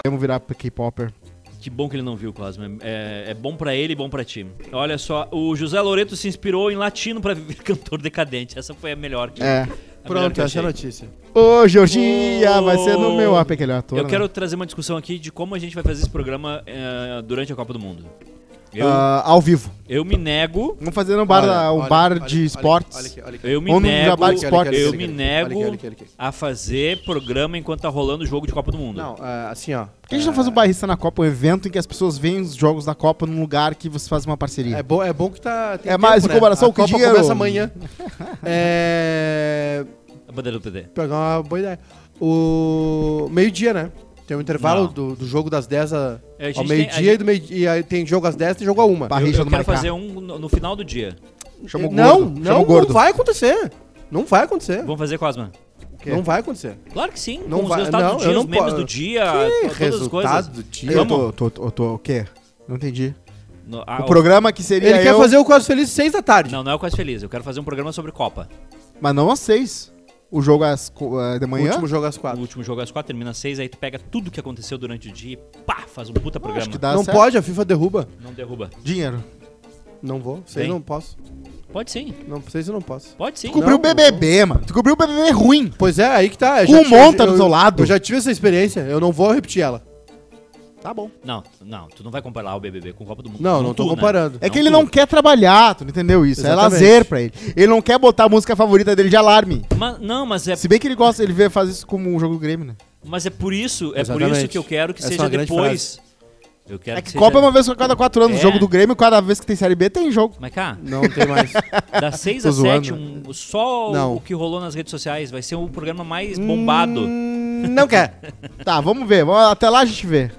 Speaker 3: Vamos virar pra K-Popper.
Speaker 1: Que bom que ele não viu, Cosme. É, é bom pra ele e bom pra ti. Olha só, o José Loreto se inspirou em latino pra viver cantor decadente. Essa foi a melhor que
Speaker 3: É.
Speaker 1: a melhor que
Speaker 2: Pronto,
Speaker 1: eu
Speaker 2: essa é a
Speaker 1: achei.
Speaker 2: notícia.
Speaker 3: Ô, Georgia,
Speaker 1: Ô.
Speaker 3: vai ser no meu AP que ele é ator.
Speaker 1: Eu
Speaker 3: né?
Speaker 1: quero trazer uma discussão aqui de como a gente vai fazer esse programa eh, durante a Copa do Mundo. Eu,
Speaker 3: Ah, ao vivo.
Speaker 1: eu me nego,
Speaker 3: Vamos fazer um bar, da- um
Speaker 2: Olha,
Speaker 3: bar
Speaker 2: olha,
Speaker 3: de
Speaker 2: olha,
Speaker 3: esportes.
Speaker 2: Olha aqui, olha aqui.
Speaker 1: eu me
Speaker 3: Ou no
Speaker 1: nego,
Speaker 3: trabalho de esportes.
Speaker 1: eu
Speaker 2: Olha
Speaker 1: me
Speaker 2: aqui,
Speaker 1: nego
Speaker 2: olha aqui, olha aqui, olha aqui.
Speaker 1: a fazer programa enquanto tá rolando o jogo de Copa do Mundo.
Speaker 2: Não, ah, assim, ó.
Speaker 3: Por que a gente não faz o Barrista na Copa, um evento em que as pessoas veem os jogos da Copa num lugar que você faz uma parceria?
Speaker 2: É bom, é bom que tá. tem
Speaker 3: É mais em
Speaker 2: A
Speaker 3: comparação ao que
Speaker 2: Copa
Speaker 3: diga,
Speaker 2: começa
Speaker 3: ô.
Speaker 2: amanhã. é.
Speaker 1: A bandeira do PD.
Speaker 2: Pegar uma boa ideia. O. Meio-dia, né? Tem um intervalo
Speaker 1: Não.
Speaker 2: do, do jogo das 10 a-
Speaker 1: É, A gente
Speaker 2: ao
Speaker 1: tem-
Speaker 2: meio-dia
Speaker 1: a
Speaker 2: e do meio e aí tem jogo às 10 e tem jogo a 1.
Speaker 3: Bah,
Speaker 1: Eu,
Speaker 3: Barricha
Speaker 1: eu quero
Speaker 3: do Maricá.
Speaker 1: fazer um no, no final do dia.
Speaker 3: Chama o
Speaker 2: É, Não,
Speaker 3: gordo. Chama
Speaker 2: não,
Speaker 3: o gordo.
Speaker 2: não vai acontecer. Não vai acontecer.
Speaker 1: Vamos fazer, Cosma?
Speaker 2: Não vai acontecer.
Speaker 1: Claro que sim,
Speaker 2: Não
Speaker 1: com os
Speaker 2: vai-
Speaker 1: resultados
Speaker 2: não,
Speaker 1: do dia,
Speaker 2: eu
Speaker 1: os
Speaker 2: não
Speaker 1: memes
Speaker 2: po-
Speaker 1: do dia,
Speaker 2: Que
Speaker 1: to- todas as coisas.
Speaker 2: resultado do dia.
Speaker 3: Eu
Speaker 1: Vamos.
Speaker 3: tô, tô, tô, tô- o quê? Não entendi.
Speaker 1: No- ah,
Speaker 3: o programa que seria
Speaker 2: Ele quer
Speaker 3: eu,
Speaker 2: fazer o Quase Feliz 6 da tarde.
Speaker 1: Não, não é o Quase Feliz. Eu quero fazer um programa sobre Copa.
Speaker 3: mas não às seis. O jogo às co- ah, de
Speaker 2: O
Speaker 3: manhã?
Speaker 2: último jogo às
Speaker 1: O
Speaker 2: 4.
Speaker 1: último jogo é às quatro, termina às seis, aí tu pega tudo que aconteceu durante o dia e pá, faz um puta programa.
Speaker 3: Acho que dá
Speaker 2: não
Speaker 3: Tá certo.
Speaker 2: pode, a FIFA derruba.
Speaker 1: Não derruba.
Speaker 3: Dinheiro.
Speaker 2: Não vou. Sei
Speaker 1: Tem.
Speaker 2: não posso.
Speaker 1: Pode sim,
Speaker 2: Não sei se eu não posso.
Speaker 1: pode sim.
Speaker 3: Tu cobriu o
Speaker 2: não.
Speaker 3: BBB, mano. Tu cobriu o BBB ruim.
Speaker 2: Pois é, aí que tá. eu
Speaker 3: Com
Speaker 2: já
Speaker 3: um
Speaker 2: tive-
Speaker 3: monta do
Speaker 2: eu-
Speaker 3: teu lado.
Speaker 2: Eu já tive essa experiência, eu não vou repetir ela.
Speaker 3: Tá bom.
Speaker 1: Não, não, tu não vai comparar o BBB com o Copa do Mundo.
Speaker 2: Não, não tô
Speaker 1: tu, né?
Speaker 2: comparando.
Speaker 3: É que ele não quer trabalhar, tu não entendeu isso? É
Speaker 2: Exatamente.
Speaker 3: lazer pra ele. Ele não quer botar a música favorita dele de alarme.
Speaker 1: Mas, não, mas é,
Speaker 3: Se bem que ele gosta, ele vê fazer isso como um jogo do Grêmio, né?
Speaker 1: mas é por isso, é por
Speaker 2: Exatamente.
Speaker 1: isso que eu quero que
Speaker 2: Essa é
Speaker 1: seja
Speaker 2: uma grande
Speaker 1: depois. Eu quero
Speaker 3: É que
Speaker 1: seja-
Speaker 3: Copa é uma vez a cada quatro anos.
Speaker 1: É.
Speaker 3: Jogo do Grêmio, cada vez que tem Série B, tem jogo.
Speaker 1: Mas cá,
Speaker 2: Não tem mais.
Speaker 1: das 6
Speaker 3: Tô
Speaker 1: às 7,
Speaker 3: zoando.
Speaker 1: um, só o-
Speaker 2: Não.
Speaker 1: o que rolou nas redes sociais vai ser o programa mais bombado.
Speaker 2: Hum, não quer.
Speaker 3: Tá, vamos ver. Vamos- Até lá a gente vê.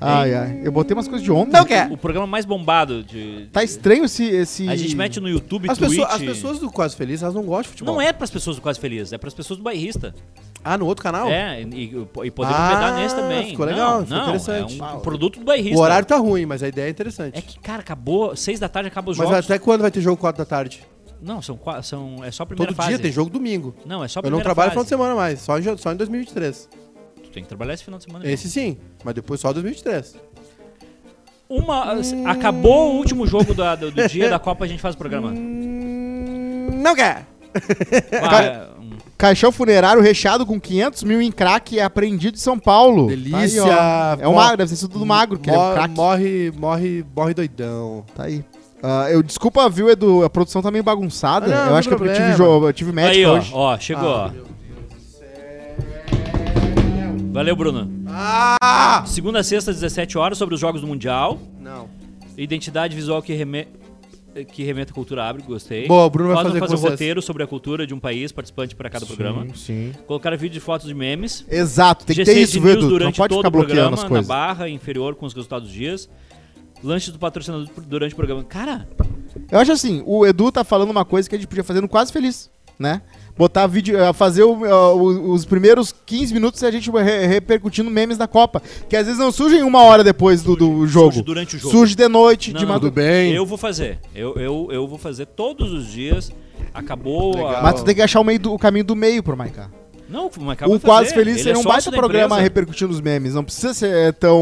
Speaker 3: Ai, ai. Eu botei umas coisas de ontem.
Speaker 2: Não quer.
Speaker 1: O programa mais bombado de.
Speaker 3: Tá estranho esse... esse...
Speaker 1: A gente mete no YouTube,
Speaker 2: As,
Speaker 1: Twitch.
Speaker 2: pessoas- as pessoas Tipo- do Quase Feliz, elas não gostam de futebol.
Speaker 1: Não é pras pessoas do Quase Felizes, é pras pessoas do bairrista.
Speaker 2: Ah, no outro canal?
Speaker 1: É, e, e e podemos
Speaker 2: Ah,
Speaker 1: pegar nesse também.
Speaker 2: ficou legal,
Speaker 1: não,
Speaker 2: ficou
Speaker 1: não,
Speaker 2: interessante.
Speaker 1: É um produto do bairrista.
Speaker 2: O horário tá ruim, mas a ideia é interessante.
Speaker 1: né? É que, cara, acabou. Seis da tarde acaba os
Speaker 2: mas
Speaker 1: jogos.
Speaker 2: até quando vai ter jogo 4 da tarde?
Speaker 1: Não, são, qua- são. É só a primeira
Speaker 2: Todo
Speaker 1: fase.
Speaker 2: dia tem jogo domingo.
Speaker 1: Não, é só a
Speaker 2: Eu não
Speaker 1: primeira
Speaker 2: trabalho final de
Speaker 1: fase.
Speaker 2: semana mais, só em, ja- só em 2023.
Speaker 1: Tu tem que trabalhar esse final de semana.
Speaker 2: Esse sim, mas depois só 2023.
Speaker 1: Uma, Acabou o último jogo da- do, do dia da Copa, a gente faz o programa.
Speaker 2: Não quer!
Speaker 1: Vai, um-
Speaker 3: Caixão funerário recheado com 500 mil em crack é apreendido em São Paulo.
Speaker 2: Delícia.
Speaker 3: Tá aí, ó. é um
Speaker 2: Mó-
Speaker 3: magro, deve ter sido tudo magro, que ele é um
Speaker 2: Mor-
Speaker 3: craque.
Speaker 2: morre, morre, morre doidão.
Speaker 3: Tá aí. Ah, eu desculpa, viu, Edu? A produção tá meio bagunçada.
Speaker 2: Ah, não,
Speaker 3: eu
Speaker 2: não
Speaker 3: acho que é porque eu tive,
Speaker 2: problema.
Speaker 3: jogo, eu tive médico
Speaker 1: aí, ó,
Speaker 3: hoje.
Speaker 1: ó, chegou,
Speaker 2: Ah,
Speaker 1: ó. Valeu, Bruno.
Speaker 2: Ah!
Speaker 1: Segunda a sexta, 17 horas, sobre os jogos do Mundial.
Speaker 2: Não.
Speaker 1: Identidade visual que reme... Que remeta à cultura abre, gostei.
Speaker 2: Boa, o Bruno vai
Speaker 1: Cosma
Speaker 2: fazer com
Speaker 1: um
Speaker 2: vocês.
Speaker 1: roteiro sobre a cultura de um país, participante para cada programa.
Speaker 3: Sim.
Speaker 1: Colocar vídeo de fotos de memes.
Speaker 3: Exato, tem que ter
Speaker 1: G6
Speaker 3: isso,
Speaker 1: de
Speaker 3: viu,
Speaker 1: news
Speaker 3: Edu? Não
Speaker 1: durante
Speaker 3: pode
Speaker 1: todo
Speaker 3: ficar
Speaker 1: o programa,
Speaker 3: bloqueando
Speaker 1: tá
Speaker 3: as
Speaker 1: na
Speaker 3: coisas.
Speaker 1: barra inferior com os resultados dos dias. Lanche do patrocinador durante o programa. Cara,
Speaker 3: Eu acho assim, o Edu tá falando uma coisa que a gente podia fazer no Quase Feliz, né? botar vídeo, eh, fazer o- eh, o- os primeiros 15 minutos e a gente re- repercutindo memes da Copa, que às vezes não surgem uma hora depois do, do jogo.
Speaker 1: surge durante o jogo.
Speaker 3: Surge de noite,
Speaker 1: Não,
Speaker 3: de
Speaker 1: não,
Speaker 3: madrugada.
Speaker 2: bem.
Speaker 1: Eu vou fazer. Eu, eu, eu vou fazer todos os dias. Acabou a...
Speaker 3: Mas tu tem que achar o, meio do- o caminho do meio pro Maiká.
Speaker 1: Não, mas acaba
Speaker 3: O
Speaker 1: de fazer.
Speaker 3: Quase Feliz
Speaker 1: Ele é
Speaker 3: seria um
Speaker 1: sócio
Speaker 3: baita
Speaker 1: da
Speaker 3: programa
Speaker 1: empresa.
Speaker 3: repercutindo os memes. Não precisa ser é, tão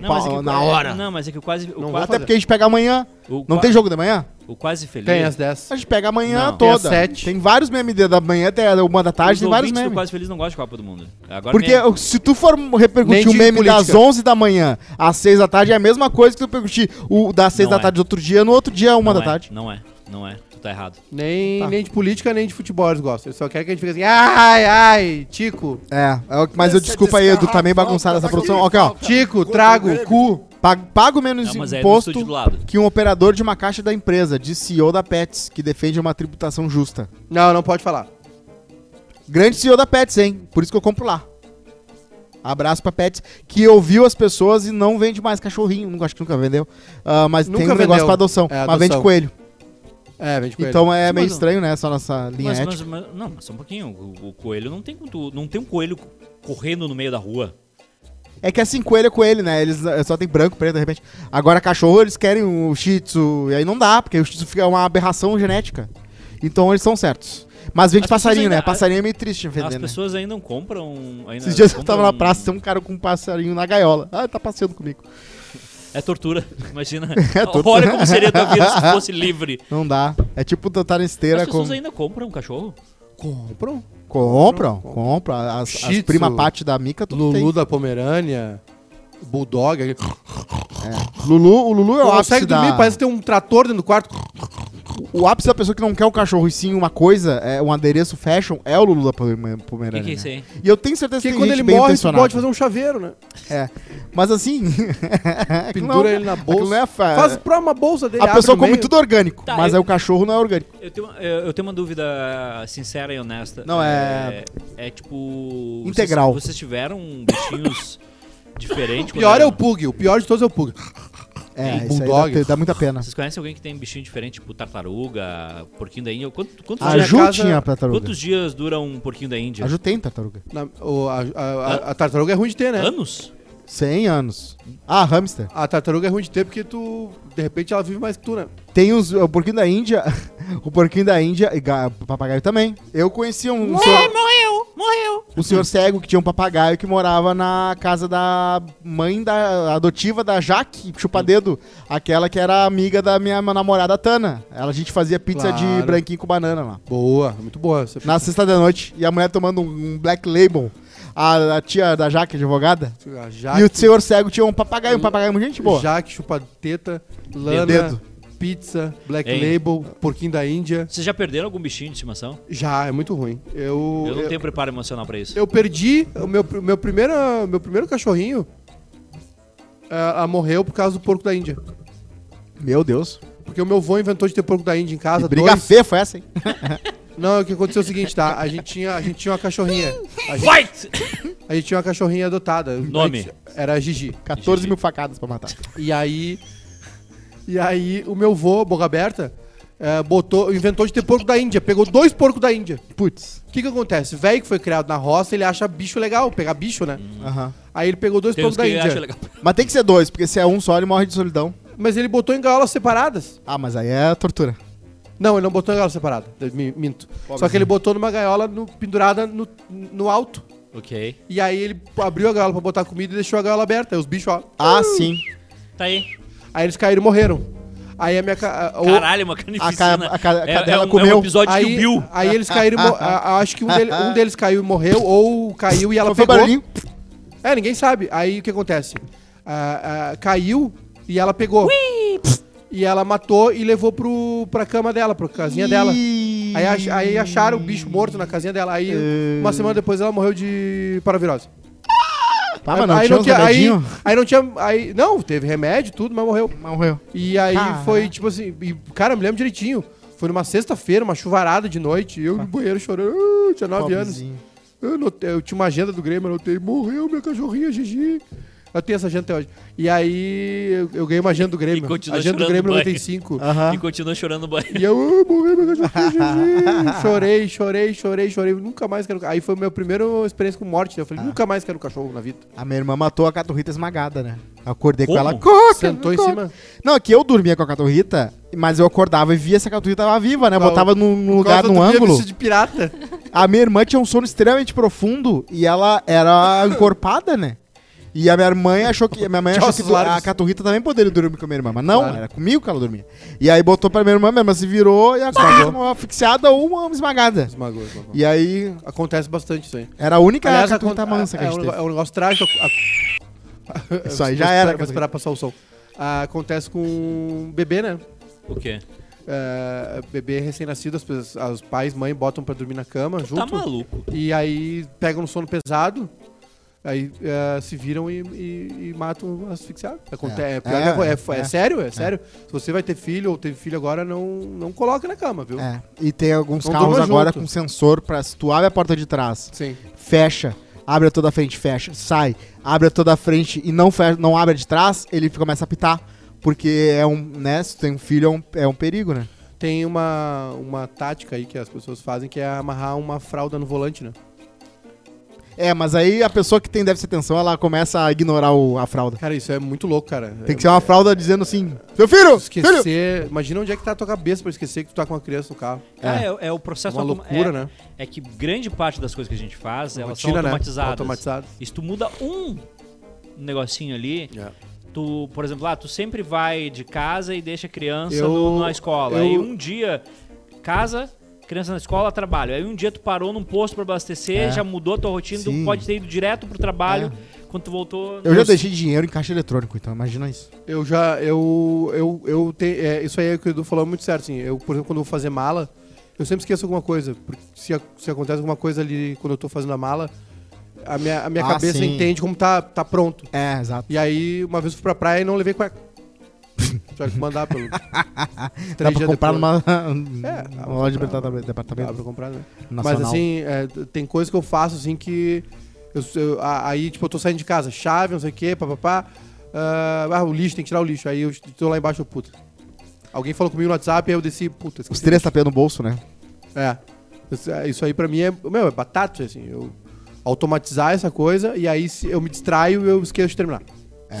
Speaker 1: Não,
Speaker 3: pau-
Speaker 1: mas é que o
Speaker 3: na
Speaker 1: Qua-
Speaker 3: hora.
Speaker 1: Não, mas é que o quase. O
Speaker 3: Até
Speaker 1: quase
Speaker 3: porque a gente pega amanhã.
Speaker 1: o
Speaker 3: Não
Speaker 1: Qua-
Speaker 3: tem jogo de manhã?
Speaker 1: O quase feliz.
Speaker 2: Tem as 10.
Speaker 3: A gente pega amanhã
Speaker 1: Não.
Speaker 2: Tem
Speaker 3: toda.
Speaker 2: às sete.
Speaker 3: Tem vários memes de- da manhã até uma da tarde,
Speaker 1: Os
Speaker 3: tem vários
Speaker 1: ouvintes do
Speaker 3: memes.
Speaker 1: quase feliz não gostam de Copa do Mundo. Agora
Speaker 3: Porque é
Speaker 1: mesmo.
Speaker 3: se tu for
Speaker 2: Nem
Speaker 3: repercutir
Speaker 2: de
Speaker 3: o meme
Speaker 2: política.
Speaker 3: das 11 da manhã às 6 da tarde, é a mesma coisa que tu repercutir o das 6
Speaker 1: Não
Speaker 3: da
Speaker 1: é.
Speaker 3: tarde do outro dia, no outro dia, uma
Speaker 1: não
Speaker 3: da
Speaker 1: é,
Speaker 3: tarde.
Speaker 1: Não é, não é. Tu tá errado.
Speaker 2: Nem,
Speaker 3: Tá.
Speaker 2: nem de política, nem de futebol eles gostam. Eles só querem que a gente fique assim, ai, ai, Tico,
Speaker 3: É, é o que- mas eu desculpa aí, Edu, tá meio bagunçado essa produção. Ok, ó.
Speaker 2: Tico, trago, cu.
Speaker 3: Pago, pago menos
Speaker 1: Não, mas é do
Speaker 3: imposto
Speaker 1: estúdio do lado.
Speaker 3: que um operador de uma caixa da empresa, de CEO da Pets, que defende uma tributação justa.
Speaker 2: Não, não pode falar.
Speaker 3: Grande CEO da Pets, hein? Por isso que eu compro lá. Abraço pra Pets, que ouviu as pessoas e não vende mais cachorrinho. Nunca- Acho que nunca vendeu. Ah, mas
Speaker 2: Nunca
Speaker 3: tem um negócio
Speaker 2: vendeu.
Speaker 3: pra adoção.
Speaker 2: É,
Speaker 3: Mas
Speaker 2: adoção.
Speaker 3: vende coelho.
Speaker 2: É, vende coelho.
Speaker 3: Então é meio
Speaker 1: Mas-
Speaker 3: estranho, né? Essa nossa linha
Speaker 1: Mas,
Speaker 3: ética.
Speaker 1: mas, mas- não, mas só um pouquinho. O, o coelho não tem tu, não tem um coelho correndo no meio da rua.
Speaker 3: É que assim, coelho é coelho, né? Eles eh, só tem branco, preto, de repente. Agora, cachorro, eles querem o shih tzu. E aí não dá, porque o shih tzu fica uma aberração genética. Então eles são certos. Mas vende
Speaker 1: As
Speaker 3: passarinho,
Speaker 1: pessoas
Speaker 3: né?
Speaker 1: ainda-
Speaker 3: Passarinho é meio triste
Speaker 1: As
Speaker 3: vender, né?
Speaker 1: pessoas ainda não compram. Ainda
Speaker 3: Esses dias eu
Speaker 1: compram-
Speaker 3: tava na praça, tem um cara com um passarinho na gaiola. Ah, tá passeando comigo.
Speaker 1: É tortura, imagina.
Speaker 3: tortura.
Speaker 1: Olha como seria a tua vida se fosse livre.
Speaker 3: Não dá. É tipo tá na
Speaker 1: As
Speaker 3: esteira com...
Speaker 1: pessoas ainda compram um cachorro?
Speaker 2: Compram.
Speaker 3: Compram, compram. As, as
Speaker 2: Shih Tzu,
Speaker 3: prima parte da Mica, tudo
Speaker 2: Lulu
Speaker 3: tem.
Speaker 2: da Pomerânia, Bulldog. aquele-
Speaker 3: Lulu, o Lulu é
Speaker 2: Não
Speaker 3: o ápice
Speaker 2: consegue dormir,
Speaker 3: da...
Speaker 2: parece que tem um trator dentro do quarto.
Speaker 3: O ápice da pessoa que não quer um cachorro e sim uma coisa, é um adereço fashion, é o Lulu da Pomerânia.
Speaker 1: O que, que é isso
Speaker 3: né?
Speaker 1: aí?
Speaker 3: E eu tenho certeza
Speaker 2: Porque
Speaker 3: que tem
Speaker 2: quando
Speaker 3: gente
Speaker 2: ele
Speaker 3: bem
Speaker 2: morre, tu
Speaker 3: intencionada.
Speaker 2: pode fazer um chaveiro, né?
Speaker 3: É. Mas assim. aquilo não
Speaker 2: Pendura
Speaker 3: é-
Speaker 2: ele na
Speaker 3: aquilo
Speaker 2: bolsa.
Speaker 3: não é fa-
Speaker 2: Faz pra uma bolsa dele.
Speaker 3: A
Speaker 2: abre
Speaker 3: pessoa
Speaker 2: no
Speaker 3: come
Speaker 2: meio.
Speaker 3: tudo orgânico,
Speaker 1: Tá,
Speaker 3: mas
Speaker 1: eu-
Speaker 3: aí o cachorro não é orgânico.
Speaker 1: Eu tenho, é, eu, eu tenho uma dúvida sincera e honesta.
Speaker 3: Não, é-
Speaker 1: É, é tipo. vocês-
Speaker 3: Integral.
Speaker 1: Vocês, tiveram bichinhos diferentes?
Speaker 2: O pior
Speaker 1: quando
Speaker 2: é
Speaker 1: eram-
Speaker 2: o Pug, o pior de todos é o Pug.
Speaker 3: É,
Speaker 2: Tem
Speaker 3: isso aí dá,
Speaker 2: bulldog.
Speaker 3: pe- dá muita pena.
Speaker 1: Vocês conhecem alguém que tem bichinho diferente, tipo tartaruga, porquinho da Índia? Quanto- quantos,
Speaker 3: A
Speaker 2: na
Speaker 1: dias,
Speaker 3: Ju
Speaker 2: casa-
Speaker 3: tinha tartaruga.
Speaker 1: quantos dias dura um porquinho da Índia?
Speaker 3: A Ju tem tartaruga.
Speaker 2: Na- o- a, a- a- a tartaruga é ruim de ter, né?
Speaker 1: Anos?
Speaker 3: 100 anos. Ah, hamster.
Speaker 2: A tartaruga é ruim de ter porque tu, de repente, ela vive mais que tu, né?
Speaker 3: Tem os. O porquinho da Índia. o porquinho da Índia. E ga- papagaio também. Eu conhecia um. senhor,
Speaker 1: Morreu! Morreu!
Speaker 3: um senhor cego que tinha um papagaio que morava na casa da mãe da adotiva da Jaque
Speaker 2: Hum.
Speaker 3: Chupadedo. Aquela que era amiga da minha namorada Tana. Ela, a gente fazia pizza de
Speaker 2: Claro.
Speaker 3: branquinho com banana lá.
Speaker 2: Boa, muito boa. essa-
Speaker 3: Na sexta da noite. E a mulher tomando um um black label. A, a tia da Jaque, advogada.
Speaker 2: A
Speaker 3: E
Speaker 2: Jaque, Hum.
Speaker 3: o senhor cego tinha um papagaio. Um papagaio muito gente boa.
Speaker 2: Jaque, chupa teta, lana,
Speaker 3: Dedo.
Speaker 2: pizza, black
Speaker 1: Hein?
Speaker 2: label, porquinho da Índia.
Speaker 1: Vocês já perderam algum bichinho de estimação?
Speaker 2: Já, é muito ruim. Eu,
Speaker 1: Eu não
Speaker 2: eu,
Speaker 1: tenho preparo emocional pra isso.
Speaker 2: eu perdi o meu, pr- meu, primeiro, meu primeiro cachorrinho. ah, Ela morreu por causa do porco da Índia.
Speaker 3: Meu Deus.
Speaker 2: Porque o meu avô inventou de ter porco da Índia em
Speaker 3: Que
Speaker 2: casa.
Speaker 3: briga
Speaker 2: dois.
Speaker 3: feia foi essa, hein?
Speaker 2: Não, o que aconteceu é o seguinte, tá? A gente tinha, a gente tinha uma cachorrinha. A gente,
Speaker 1: Fight!
Speaker 2: a gente tinha uma cachorrinha adotada.
Speaker 1: Nome?
Speaker 2: A gente- Era a Gigi.
Speaker 3: 14 mil facadas pra matar.
Speaker 2: E aí. E aí, o meu vô, boca aberta, eh, botou, inventou de ter porco da Índia. Pegou dois porcos da Índia.
Speaker 3: Putz.
Speaker 2: O que que acontece? O velho que foi criado na roça, ele acha bicho legal, pegar bicho, né? Aí ele pegou dois
Speaker 1: Tem uns
Speaker 2: porcos
Speaker 1: que
Speaker 2: da
Speaker 1: eu acho
Speaker 2: Índia.
Speaker 1: legal.
Speaker 3: Mas tem que ser dois, porque se é um só, ele morre de solidão.
Speaker 2: Mas ele botou em gaiolas separadas.
Speaker 3: Ah, mas aí é tortura.
Speaker 2: Não, ele não botou em gaiola separada. Eu me- Minto. Só que ele botou numa gaiola no- pendurada no, no alto.
Speaker 1: Ok.
Speaker 2: E aí ele abriu a gaiola pra botar comida e deixou a gaiola aberta. Aí os bichos, ó.
Speaker 3: Ah, sim.
Speaker 1: Tá aí.
Speaker 2: Aí eles caíram e morreram. Aí a minha. Ca... a- o-
Speaker 1: Caralho, uma carnificina.
Speaker 3: ca- a ca- a
Speaker 1: É- é,
Speaker 3: cadela
Speaker 1: um, é
Speaker 3: comeu.
Speaker 1: um episódio de
Speaker 2: Aí,
Speaker 1: Kill Bill.
Speaker 2: aí eles caíram. e mo- a- a- acho que um, dele- um deles caiu e morreu, ou caiu e ela
Speaker 3: Foi
Speaker 2: pegou.
Speaker 3: barulhinho.
Speaker 2: É, ninguém sabe. Aí o que acontece? Ah, ah, caiu e ela pegou. E ela matou e levou pro, pra cama dela, pra casinha dela.
Speaker 3: Ih.
Speaker 2: Aí, ach- aí acharam o bicho morto na casinha dela. Aí,
Speaker 3: É.
Speaker 2: uma semana depois, ela morreu de paravirose.
Speaker 3: Ah, mas não
Speaker 2: aí,
Speaker 3: tinha
Speaker 2: não
Speaker 3: uns
Speaker 2: tinha, aí,
Speaker 3: remedinho?
Speaker 2: aí não tinha. Aí, não, teve remédio e tudo, mas morreu.
Speaker 3: Morreu.
Speaker 2: E aí
Speaker 3: Cara.
Speaker 2: foi tipo assim, e, cara, eu me lembro direitinho. Foi numa sexta-feira, uma chuvarada de noite, eu no banheiro chorando, ah, eu tinha nove anos.
Speaker 3: Pobrezinho.
Speaker 2: Eu, anotei- eu tinha uma agenda do Grêmio, eu anotei, morreu minha cachorrinha Gigi. Eu tenho essa janta até hoje. E aí eu, eu ganhei uma janta do Grêmio.
Speaker 1: E continua
Speaker 2: A janta do
Speaker 1: chorando
Speaker 2: Grêmio
Speaker 1: banho.
Speaker 2: 95.
Speaker 3: Aham.
Speaker 1: E continua chorando no banheiro.
Speaker 2: E eu "Ah, morri, meu cachorro. chorei, chorei, chorei, chorei. Nunca mais quero. um Aí foi a minha primeira experiência com morte. né? Eu falei,
Speaker 3: Ah.
Speaker 2: nunca mais quero cachorro na vida.
Speaker 3: A minha irmã matou a caturrita esmagada, né? Eu Acordei
Speaker 1: Como?
Speaker 3: com ela. Coca,
Speaker 2: Sentou em
Speaker 3: coca.
Speaker 2: cima.
Speaker 3: Não, é que eu dormia com a caturrita, mas eu acordava e via se a caturrita tava viva, né? Eu
Speaker 2: Qual-
Speaker 3: botava num num lugar,
Speaker 2: Por causa
Speaker 3: num
Speaker 2: do dia
Speaker 3: ângulo.
Speaker 2: vestido de pirata.
Speaker 3: A minha irmã tinha um sono extremamente profundo e ela era encorpada, né? E a minha irmã achou que, a minha mãe
Speaker 2: De
Speaker 3: achou que
Speaker 2: ossos
Speaker 3: do- a
Speaker 2: largos.
Speaker 3: caturrita também poderia dormir com a minha irmã, mas não,
Speaker 2: Claro.
Speaker 3: era comigo que ela dormia. E aí botou pra minha irmã, minha irmã se virou e acordou uma asfixiada ou uma esmagada.
Speaker 2: Esmagou, esmagou.
Speaker 3: E aí
Speaker 2: Acontece bastante isso aí.
Speaker 3: era a única
Speaker 2: Aliás,
Speaker 3: caturrita
Speaker 2: acon-
Speaker 3: tá mansa que
Speaker 2: é,
Speaker 3: a
Speaker 2: um
Speaker 3: gente
Speaker 2: nego-
Speaker 3: teve.
Speaker 2: é um negócio trágico. A- a-
Speaker 3: Isso aí
Speaker 2: vou
Speaker 3: já
Speaker 2: esperar-
Speaker 3: era,
Speaker 2: Vou esperar passar o som. Ah, acontece com um bebê, né?
Speaker 1: O quê?
Speaker 2: É, bebê recém-nascido, as, pessoas- as pais, mãe botam pra dormir na cama junto.
Speaker 1: Tá maluco.
Speaker 2: E aí pegam no sono pesado, aí é, se viram e, e, e matam asfixiado. Aconte-
Speaker 3: É.
Speaker 2: é, pior que
Speaker 3: É,
Speaker 2: acon- é-
Speaker 3: é.
Speaker 2: é sério, é, sério. Se você vai ter filho ou teve filho agora, não, não coloca na cama, viu?
Speaker 3: É, e tem alguns
Speaker 2: Não
Speaker 3: carros
Speaker 2: durma
Speaker 3: agora
Speaker 2: Então junto.
Speaker 3: com sensor pra se tu abre a porta de trás,
Speaker 2: Sim.
Speaker 3: fecha, abre a toda a frente, fecha, sai, abre a toda a frente e não fecha, não abre a de trás, ele começa a pitar. Porque é um, né, se tu tem um filho é um, é um perigo, né?
Speaker 2: Tem uma, uma tática aí que as pessoas fazem que é amarrar uma fralda no volante, né?
Speaker 3: É, mas aí a pessoa que tem déficit de atenção, ela começa a ignorar o- a fralda.
Speaker 2: Cara, isso é muito louco, cara.
Speaker 3: Tem que ser uma fralda dizendo assim, seu filho, filho!
Speaker 2: Esquecer. Imagina onde é que tá a tua cabeça pra esquecer que tu tá com uma criança no carro.
Speaker 1: Ah, é, é o processo
Speaker 2: Uma
Speaker 1: autom-
Speaker 2: loucura,
Speaker 1: é-
Speaker 2: né?
Speaker 1: É que grande parte das coisas que a gente faz, elas
Speaker 2: Rotina,
Speaker 1: são
Speaker 2: né?
Speaker 1: automatizadas.
Speaker 2: Automatizadas.
Speaker 1: E se tu muda um negocinho ali,
Speaker 2: É.
Speaker 1: tu, por exemplo, ah, tu sempre vai de casa e deixa a criança
Speaker 2: Eu-
Speaker 1: no- na escola.
Speaker 2: eu-
Speaker 1: Aí um dia, casa, criança na escola, trabalho. Aí um dia tu parou num posto pra abastecer, já mudou a tua rotina,
Speaker 3: É. Sim. É.
Speaker 1: tu pode ter ido direto pro trabalho quando tu voltou.
Speaker 3: Eu já deixei dinheiro em caixa eletrônico, então imagina isso.
Speaker 2: Eu já, eu, eu, eu tenho, é, isso aí é o que o Edu falou muito certo, assim, eu, por exemplo, quando eu vou fazer mala, eu sempre esqueço alguma coisa, porque se, a- se acontece alguma coisa ali quando eu tô fazendo a mala, a minha, a minha
Speaker 3: Ah,
Speaker 2: cabeça
Speaker 3: sim.
Speaker 2: entende como tá, tá pronto.
Speaker 3: É, exato.
Speaker 2: E aí, uma vez eu fui pra praia e não levei cueca. Tive que mandar pelo...
Speaker 3: Dá pra comprar
Speaker 2: depois.
Speaker 3: numa
Speaker 2: É, dá
Speaker 3: numa
Speaker 2: pra
Speaker 3: loja de
Speaker 2: comprar.
Speaker 3: departamento,
Speaker 2: Dá pra
Speaker 3: departamento
Speaker 2: comprar, né?
Speaker 3: nacional.
Speaker 2: Mas assim, é, t- tem coisas que eu faço assim que. eu- eu- a- aí, tipo, eu tô saindo de casa, chave, não sei o quê, papapá. ah, ah, o lixo, tem que tirar o lixo. Aí eu tô lá embaixo, eu, puta. Alguém falou comigo no WhatsApp, aí eu desci, puta.
Speaker 3: Os
Speaker 2: esqueci.
Speaker 3: três tapinhas no bolso, né?
Speaker 2: É. Isso- é, Isso aí pra mim é. Meu, é batata, assim. Eu automatizar essa coisa e aí se eu me distraio eu esqueço de terminar.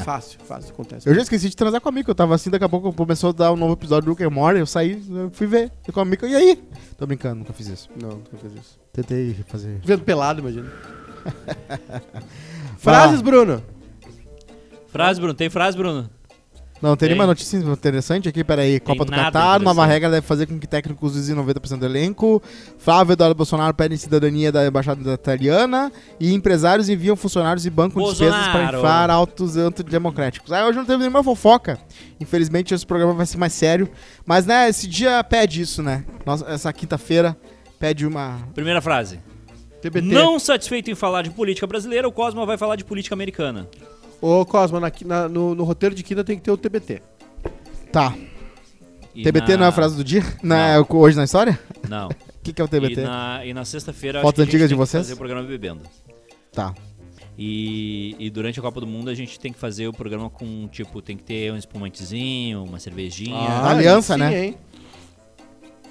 Speaker 2: Fácil, fácil, acontece.
Speaker 3: É. Eu já esqueci de transar com a Mika, eu tava assim, daqui a pouco começou a dar um novo episódio do Rick and Morty, eu saí, eu fui ver Fui com a Mika, e aí? Tô brincando, nunca fiz isso.
Speaker 2: Não, nunca fiz isso.
Speaker 3: Tentei fazer...
Speaker 2: Vendo pelado, imagina. Frases, Bruno.
Speaker 1: Frase, Bruno, tem frase, Bruno?
Speaker 3: Não, tem
Speaker 1: Tem.
Speaker 3: nenhuma notícia interessante aqui, peraí. Copa do
Speaker 1: nada
Speaker 3: Catar, nova
Speaker 1: interessante.
Speaker 3: regra deve fazer com que técnicos usem 90% do elenco. Flávio Eduardo Bolsonaro pede cidadania da Embaixada Italiana. E empresários enviam funcionários e bancos despesas para
Speaker 1: Bolsonaro.
Speaker 3: inflar autos antidemocráticos. Ah, hoje não teve nenhuma fofoca. Infelizmente, esse programa vai ser mais sério. Mas, né, esse dia pede isso, né? Nossa, essa quinta-feira pede uma...
Speaker 1: Primeira frase.
Speaker 2: TBT.
Speaker 1: Não satisfeito em falar de política brasileira, o Cosma vai falar de política americana.
Speaker 2: Ô, Cosma, na qui- na- no, no roteiro de quinta tem que ter o TBT.
Speaker 3: Tá,
Speaker 1: E
Speaker 3: TBT
Speaker 1: na-
Speaker 3: não é a frase do dia? Não, é o- hoje na história?
Speaker 1: Não.
Speaker 3: O que, que é o
Speaker 1: E
Speaker 3: TBT?
Speaker 1: na, e na sexta-feira
Speaker 3: Fotos
Speaker 1: acho que a gente
Speaker 3: antigas de
Speaker 1: tem que
Speaker 3: vocês?
Speaker 1: fazer o programa bebendo.
Speaker 3: Tá.
Speaker 1: E, e durante a Copa do Mundo a gente tem que fazer o programa com, tipo, tem que ter um espumantezinho, uma cervejinha.
Speaker 3: Ah, aliança,
Speaker 2: sim,
Speaker 3: né?
Speaker 2: Hein?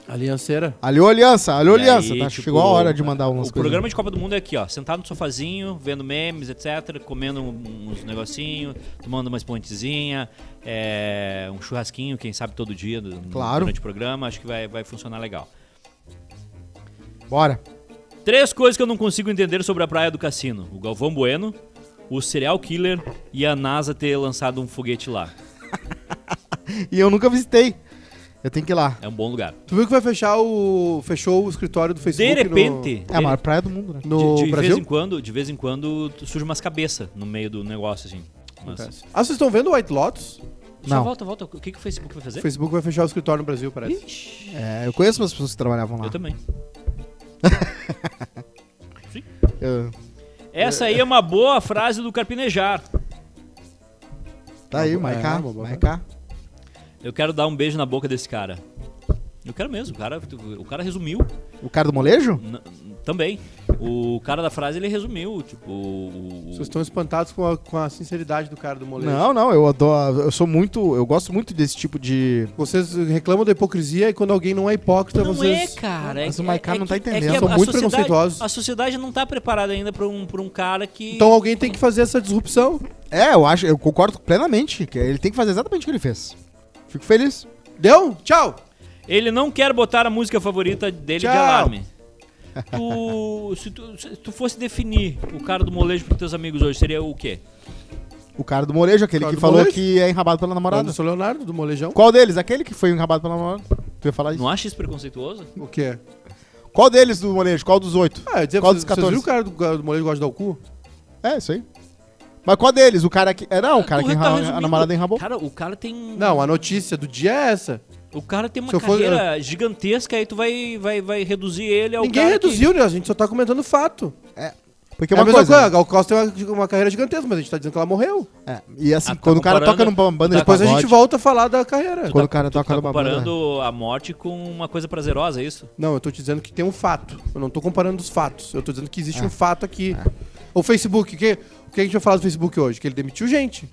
Speaker 2: Alianceira.
Speaker 3: Alô, Aliança, alô,
Speaker 1: E
Speaker 3: Aliança.
Speaker 1: aí,
Speaker 3: tá,
Speaker 1: tipo,
Speaker 3: chegou a hora de mandar
Speaker 1: O
Speaker 3: umas coisas.
Speaker 1: programa de Copa do Mundo é aqui, ó. Sentado no sofazinho, vendo memes, etc. Comendo um- uns negocinhos, tomando uma espumantezinha, é, um churrasquinho, quem sabe todo dia do-
Speaker 3: Claro.
Speaker 1: durante o programa. Acho que vai, vai funcionar legal.
Speaker 3: Bora.
Speaker 1: Três coisas que eu não consigo entender sobre a praia do cassino: o Galvão Bueno, o Serial Killer e a NASA ter lançado um foguete lá.
Speaker 3: E eu nunca visitei. Eu tenho que ir lá.
Speaker 1: É um bom lugar.
Speaker 2: Tu viu que vai fechar o. Fechou o escritório do
Speaker 1: De
Speaker 2: Facebook.
Speaker 1: repente,
Speaker 3: É a maior praia do mundo, né?
Speaker 2: No, no
Speaker 1: de, de vez
Speaker 2: Brasil?
Speaker 1: em quando, de vez em quando tu- surge umas cabeças no meio do negócio assim. Mas-
Speaker 2: Ah, vocês estão vendo o White Lotus?
Speaker 1: Só
Speaker 3: Não.
Speaker 1: volta, volta. O que, que o Facebook vai fazer?
Speaker 2: O Facebook vai fechar o escritório no Brasil, parece.
Speaker 3: É, eu conheço umas pessoas que trabalhavam lá.
Speaker 1: Eu também.
Speaker 3: Eu-
Speaker 1: Essa aí é uma boa frase do Carpinejar.
Speaker 3: Tá aí,
Speaker 2: É,
Speaker 3: Maiká.
Speaker 2: é, boa, boa.
Speaker 3: Maiká.
Speaker 1: Eu quero dar um beijo na boca desse cara. Eu quero mesmo, o cara, o cara resumiu.
Speaker 3: O cara do molejo?
Speaker 1: N- também. O cara da frase, ele resumiu, tipo, o... o-
Speaker 2: Vocês estão espantados com a, com a sinceridade do cara do molejo.
Speaker 3: Não, não, eu adoro. Eu sou muito. Eu gosto muito desse tipo de.
Speaker 2: Vocês reclamam da hipocrisia e quando alguém não é hipócrita,
Speaker 1: Não é,
Speaker 2: vocês.
Speaker 1: cara. é
Speaker 3: Mas
Speaker 1: que-
Speaker 3: o Maiká
Speaker 1: é
Speaker 3: não
Speaker 1: que-
Speaker 3: tá
Speaker 1: é que
Speaker 3: entendendo.
Speaker 1: a-
Speaker 2: São
Speaker 1: a
Speaker 2: muito
Speaker 1: sociedade-
Speaker 2: preconceituosos.
Speaker 1: A sociedade não tá preparada ainda pra um, pra um cara que...
Speaker 2: Então alguém tem que fazer essa disrupção.
Speaker 3: É, eu acho, eu concordo plenamente. Que ele tem que fazer exatamente o que ele fez. Fico feliz.
Speaker 2: Deu? Tchau!
Speaker 1: Ele não quer botar a música favorita dele
Speaker 2: Tchau.
Speaker 1: de alarme. Tu, se, tu, se tu fosse definir o cara do molejo pros teus amigos hoje, seria o quê?
Speaker 3: O cara do molejo, aquele
Speaker 2: Cara
Speaker 3: que
Speaker 2: do
Speaker 3: falou
Speaker 2: molejo?
Speaker 3: que é enrabado pela namorada.
Speaker 2: Eu sou Leonardo, do molejão.
Speaker 3: Qual deles? Aquele que foi enrabado pela namorada? Tu ia falar isso?
Speaker 1: Não acha isso preconceituoso?
Speaker 2: O quê?
Speaker 3: Qual deles do molejo? Qual dos oito?
Speaker 2: é. Ah, eu ia dizer,
Speaker 3: Qual
Speaker 2: vocês,
Speaker 3: dos 14?
Speaker 2: vocês viram o cara do, do molejo que gosta de dar o cu?
Speaker 3: É, isso aí. Mas qual deles? O cara que. É, não, o cara
Speaker 1: Tu
Speaker 3: que
Speaker 1: tá
Speaker 3: enra... a
Speaker 1: resumindo.
Speaker 3: namorada enrabou.
Speaker 1: Cara, o cara tem.
Speaker 2: Não, a notícia do dia é essa.
Speaker 1: O cara tem uma
Speaker 2: Se eu for-
Speaker 1: carreira gigantesca aí tu vai, vai, vai reduzir ele ao.
Speaker 2: Ninguém
Speaker 1: É cara
Speaker 2: reduziu, né? A gente só tá comentando fato.
Speaker 3: Porque
Speaker 2: é
Speaker 3: uma
Speaker 2: a mesma
Speaker 3: coisa.
Speaker 2: coisa, a Gal Costa tem uma, uma carreira gigantesca, mas a gente tá dizendo que ela morreu.
Speaker 3: É, e assim,
Speaker 1: Ah, tá
Speaker 3: quando o cara toca
Speaker 1: comparando-
Speaker 3: numa banda
Speaker 1: tá
Speaker 3: de
Speaker 2: Depois a
Speaker 3: pagode,
Speaker 2: gente volta a falar da carreira.
Speaker 3: Quando é o cara toca
Speaker 1: Tá
Speaker 3: numa banda.
Speaker 1: comparando a morte com uma coisa prazerosa, é isso?
Speaker 2: Tá. Não, eu tô te dizendo que tem um fato. Eu não tô comparando os fatos. Eu tô dizendo que existe um fato aqui. O Facebook, o que, o que a gente vai falar do Facebook hoje? Que ele demitiu gente.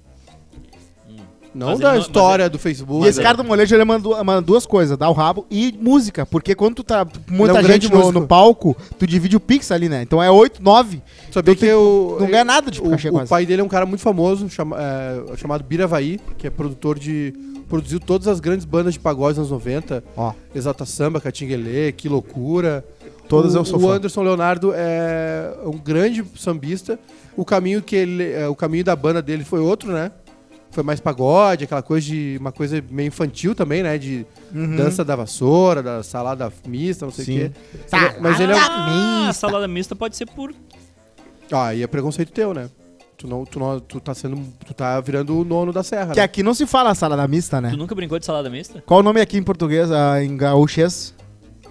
Speaker 2: Não
Speaker 1: Mas ele
Speaker 2: da
Speaker 1: não- mas
Speaker 2: história
Speaker 1: ele-
Speaker 2: do Facebook.
Speaker 3: E esse cara do molejo, ele manda, du- manda duas coisas, dá o rabo e música, porque quando tu tá com muita
Speaker 2: Ele é um grande
Speaker 3: gente no,
Speaker 2: músico.
Speaker 3: no palco, tu divide o pix ali, né? Então é 8, 9,
Speaker 2: Sabia que eu,
Speaker 3: não ganha nada de cachê
Speaker 2: o, o
Speaker 3: quase.
Speaker 2: pai dele é um cara muito famoso, chama- é, chamado Biravaí, que é produtor de. produziu todas as grandes bandas de pagode nos anos 90.
Speaker 3: Ó.
Speaker 2: Exalta Samba, Catinguelê, Que Loucura.
Speaker 3: Todas
Speaker 2: o,
Speaker 3: eu sou
Speaker 2: O
Speaker 3: fã.
Speaker 2: Anderson Leonardo é um grande sambista. O caminho que ele. é, o caminho da banda dele foi outro, né? Foi mais pagode, aquela coisa de. uma coisa meio infantil também, né? De dança da vassoura, da salada mista, não sei o
Speaker 3: Uhum. Sim.
Speaker 2: quê. Mas ele é
Speaker 3: Tá.
Speaker 1: Ah,
Speaker 2: um,
Speaker 1: a salada mista pode ser por.
Speaker 2: ah, aí é preconceito teu, né? Tu, não, tu, não, tu tá sendo. Tu tá virando o nono da serra.
Speaker 3: Que
Speaker 2: né?
Speaker 3: aqui não se fala salada mista, né?
Speaker 1: Tu nunca brincou de salada mista?
Speaker 3: Qual o nome aqui em português, ah, em gaúchês?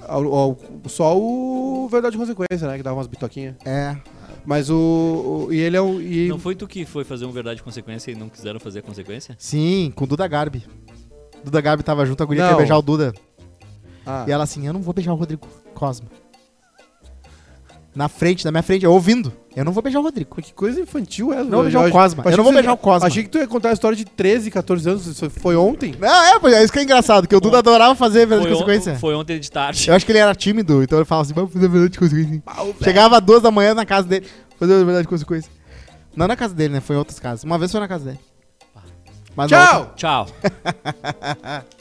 Speaker 2: Ao- ao- Só o Verdade e Consequência, né? Que dava umas bitoquinhas.
Speaker 3: É,
Speaker 2: Mas o. o- e ele é um. E,
Speaker 1: Não foi tu que foi fazer um verdade e consequência e não quiseram fazer a consequência?
Speaker 3: sim, com Duda Garbi. Duda Garbi tava junto, a guria
Speaker 2: Não.
Speaker 3: quer beijar o Duda.
Speaker 2: Ah,
Speaker 3: E ela assim, eu não vou beijar o Rodrigo Cosma. Na frente, na minha frente, eu ouvindo. Eu não vou beijar o Rodrigo.
Speaker 2: Que coisa infantil é,
Speaker 3: Não vou beijar o Cosma. Eu
Speaker 2: achei
Speaker 3: não vou
Speaker 2: que você-
Speaker 3: beijar o Cosma.
Speaker 2: Achei que tu ia contar a história de 13, 14 anos. Isso foi ontem.
Speaker 3: Não, é, pois é, isso que é engraçado, que o Duda adorava fazer verdade
Speaker 1: Foi,
Speaker 3: de
Speaker 1: on-
Speaker 3: consequência.
Speaker 1: foi ontem de tarde.
Speaker 3: Eu acho que ele era tímido, então ele falava assim, vamos fazer verdade de consequência. Chegava às duas da manhã na casa dele, fazer verdade de consequência. Não na casa dele, né? Foi em outras casas. Uma vez foi na casa dele. Mas na
Speaker 2: Tchau!
Speaker 3: outra-
Speaker 1: Tchau.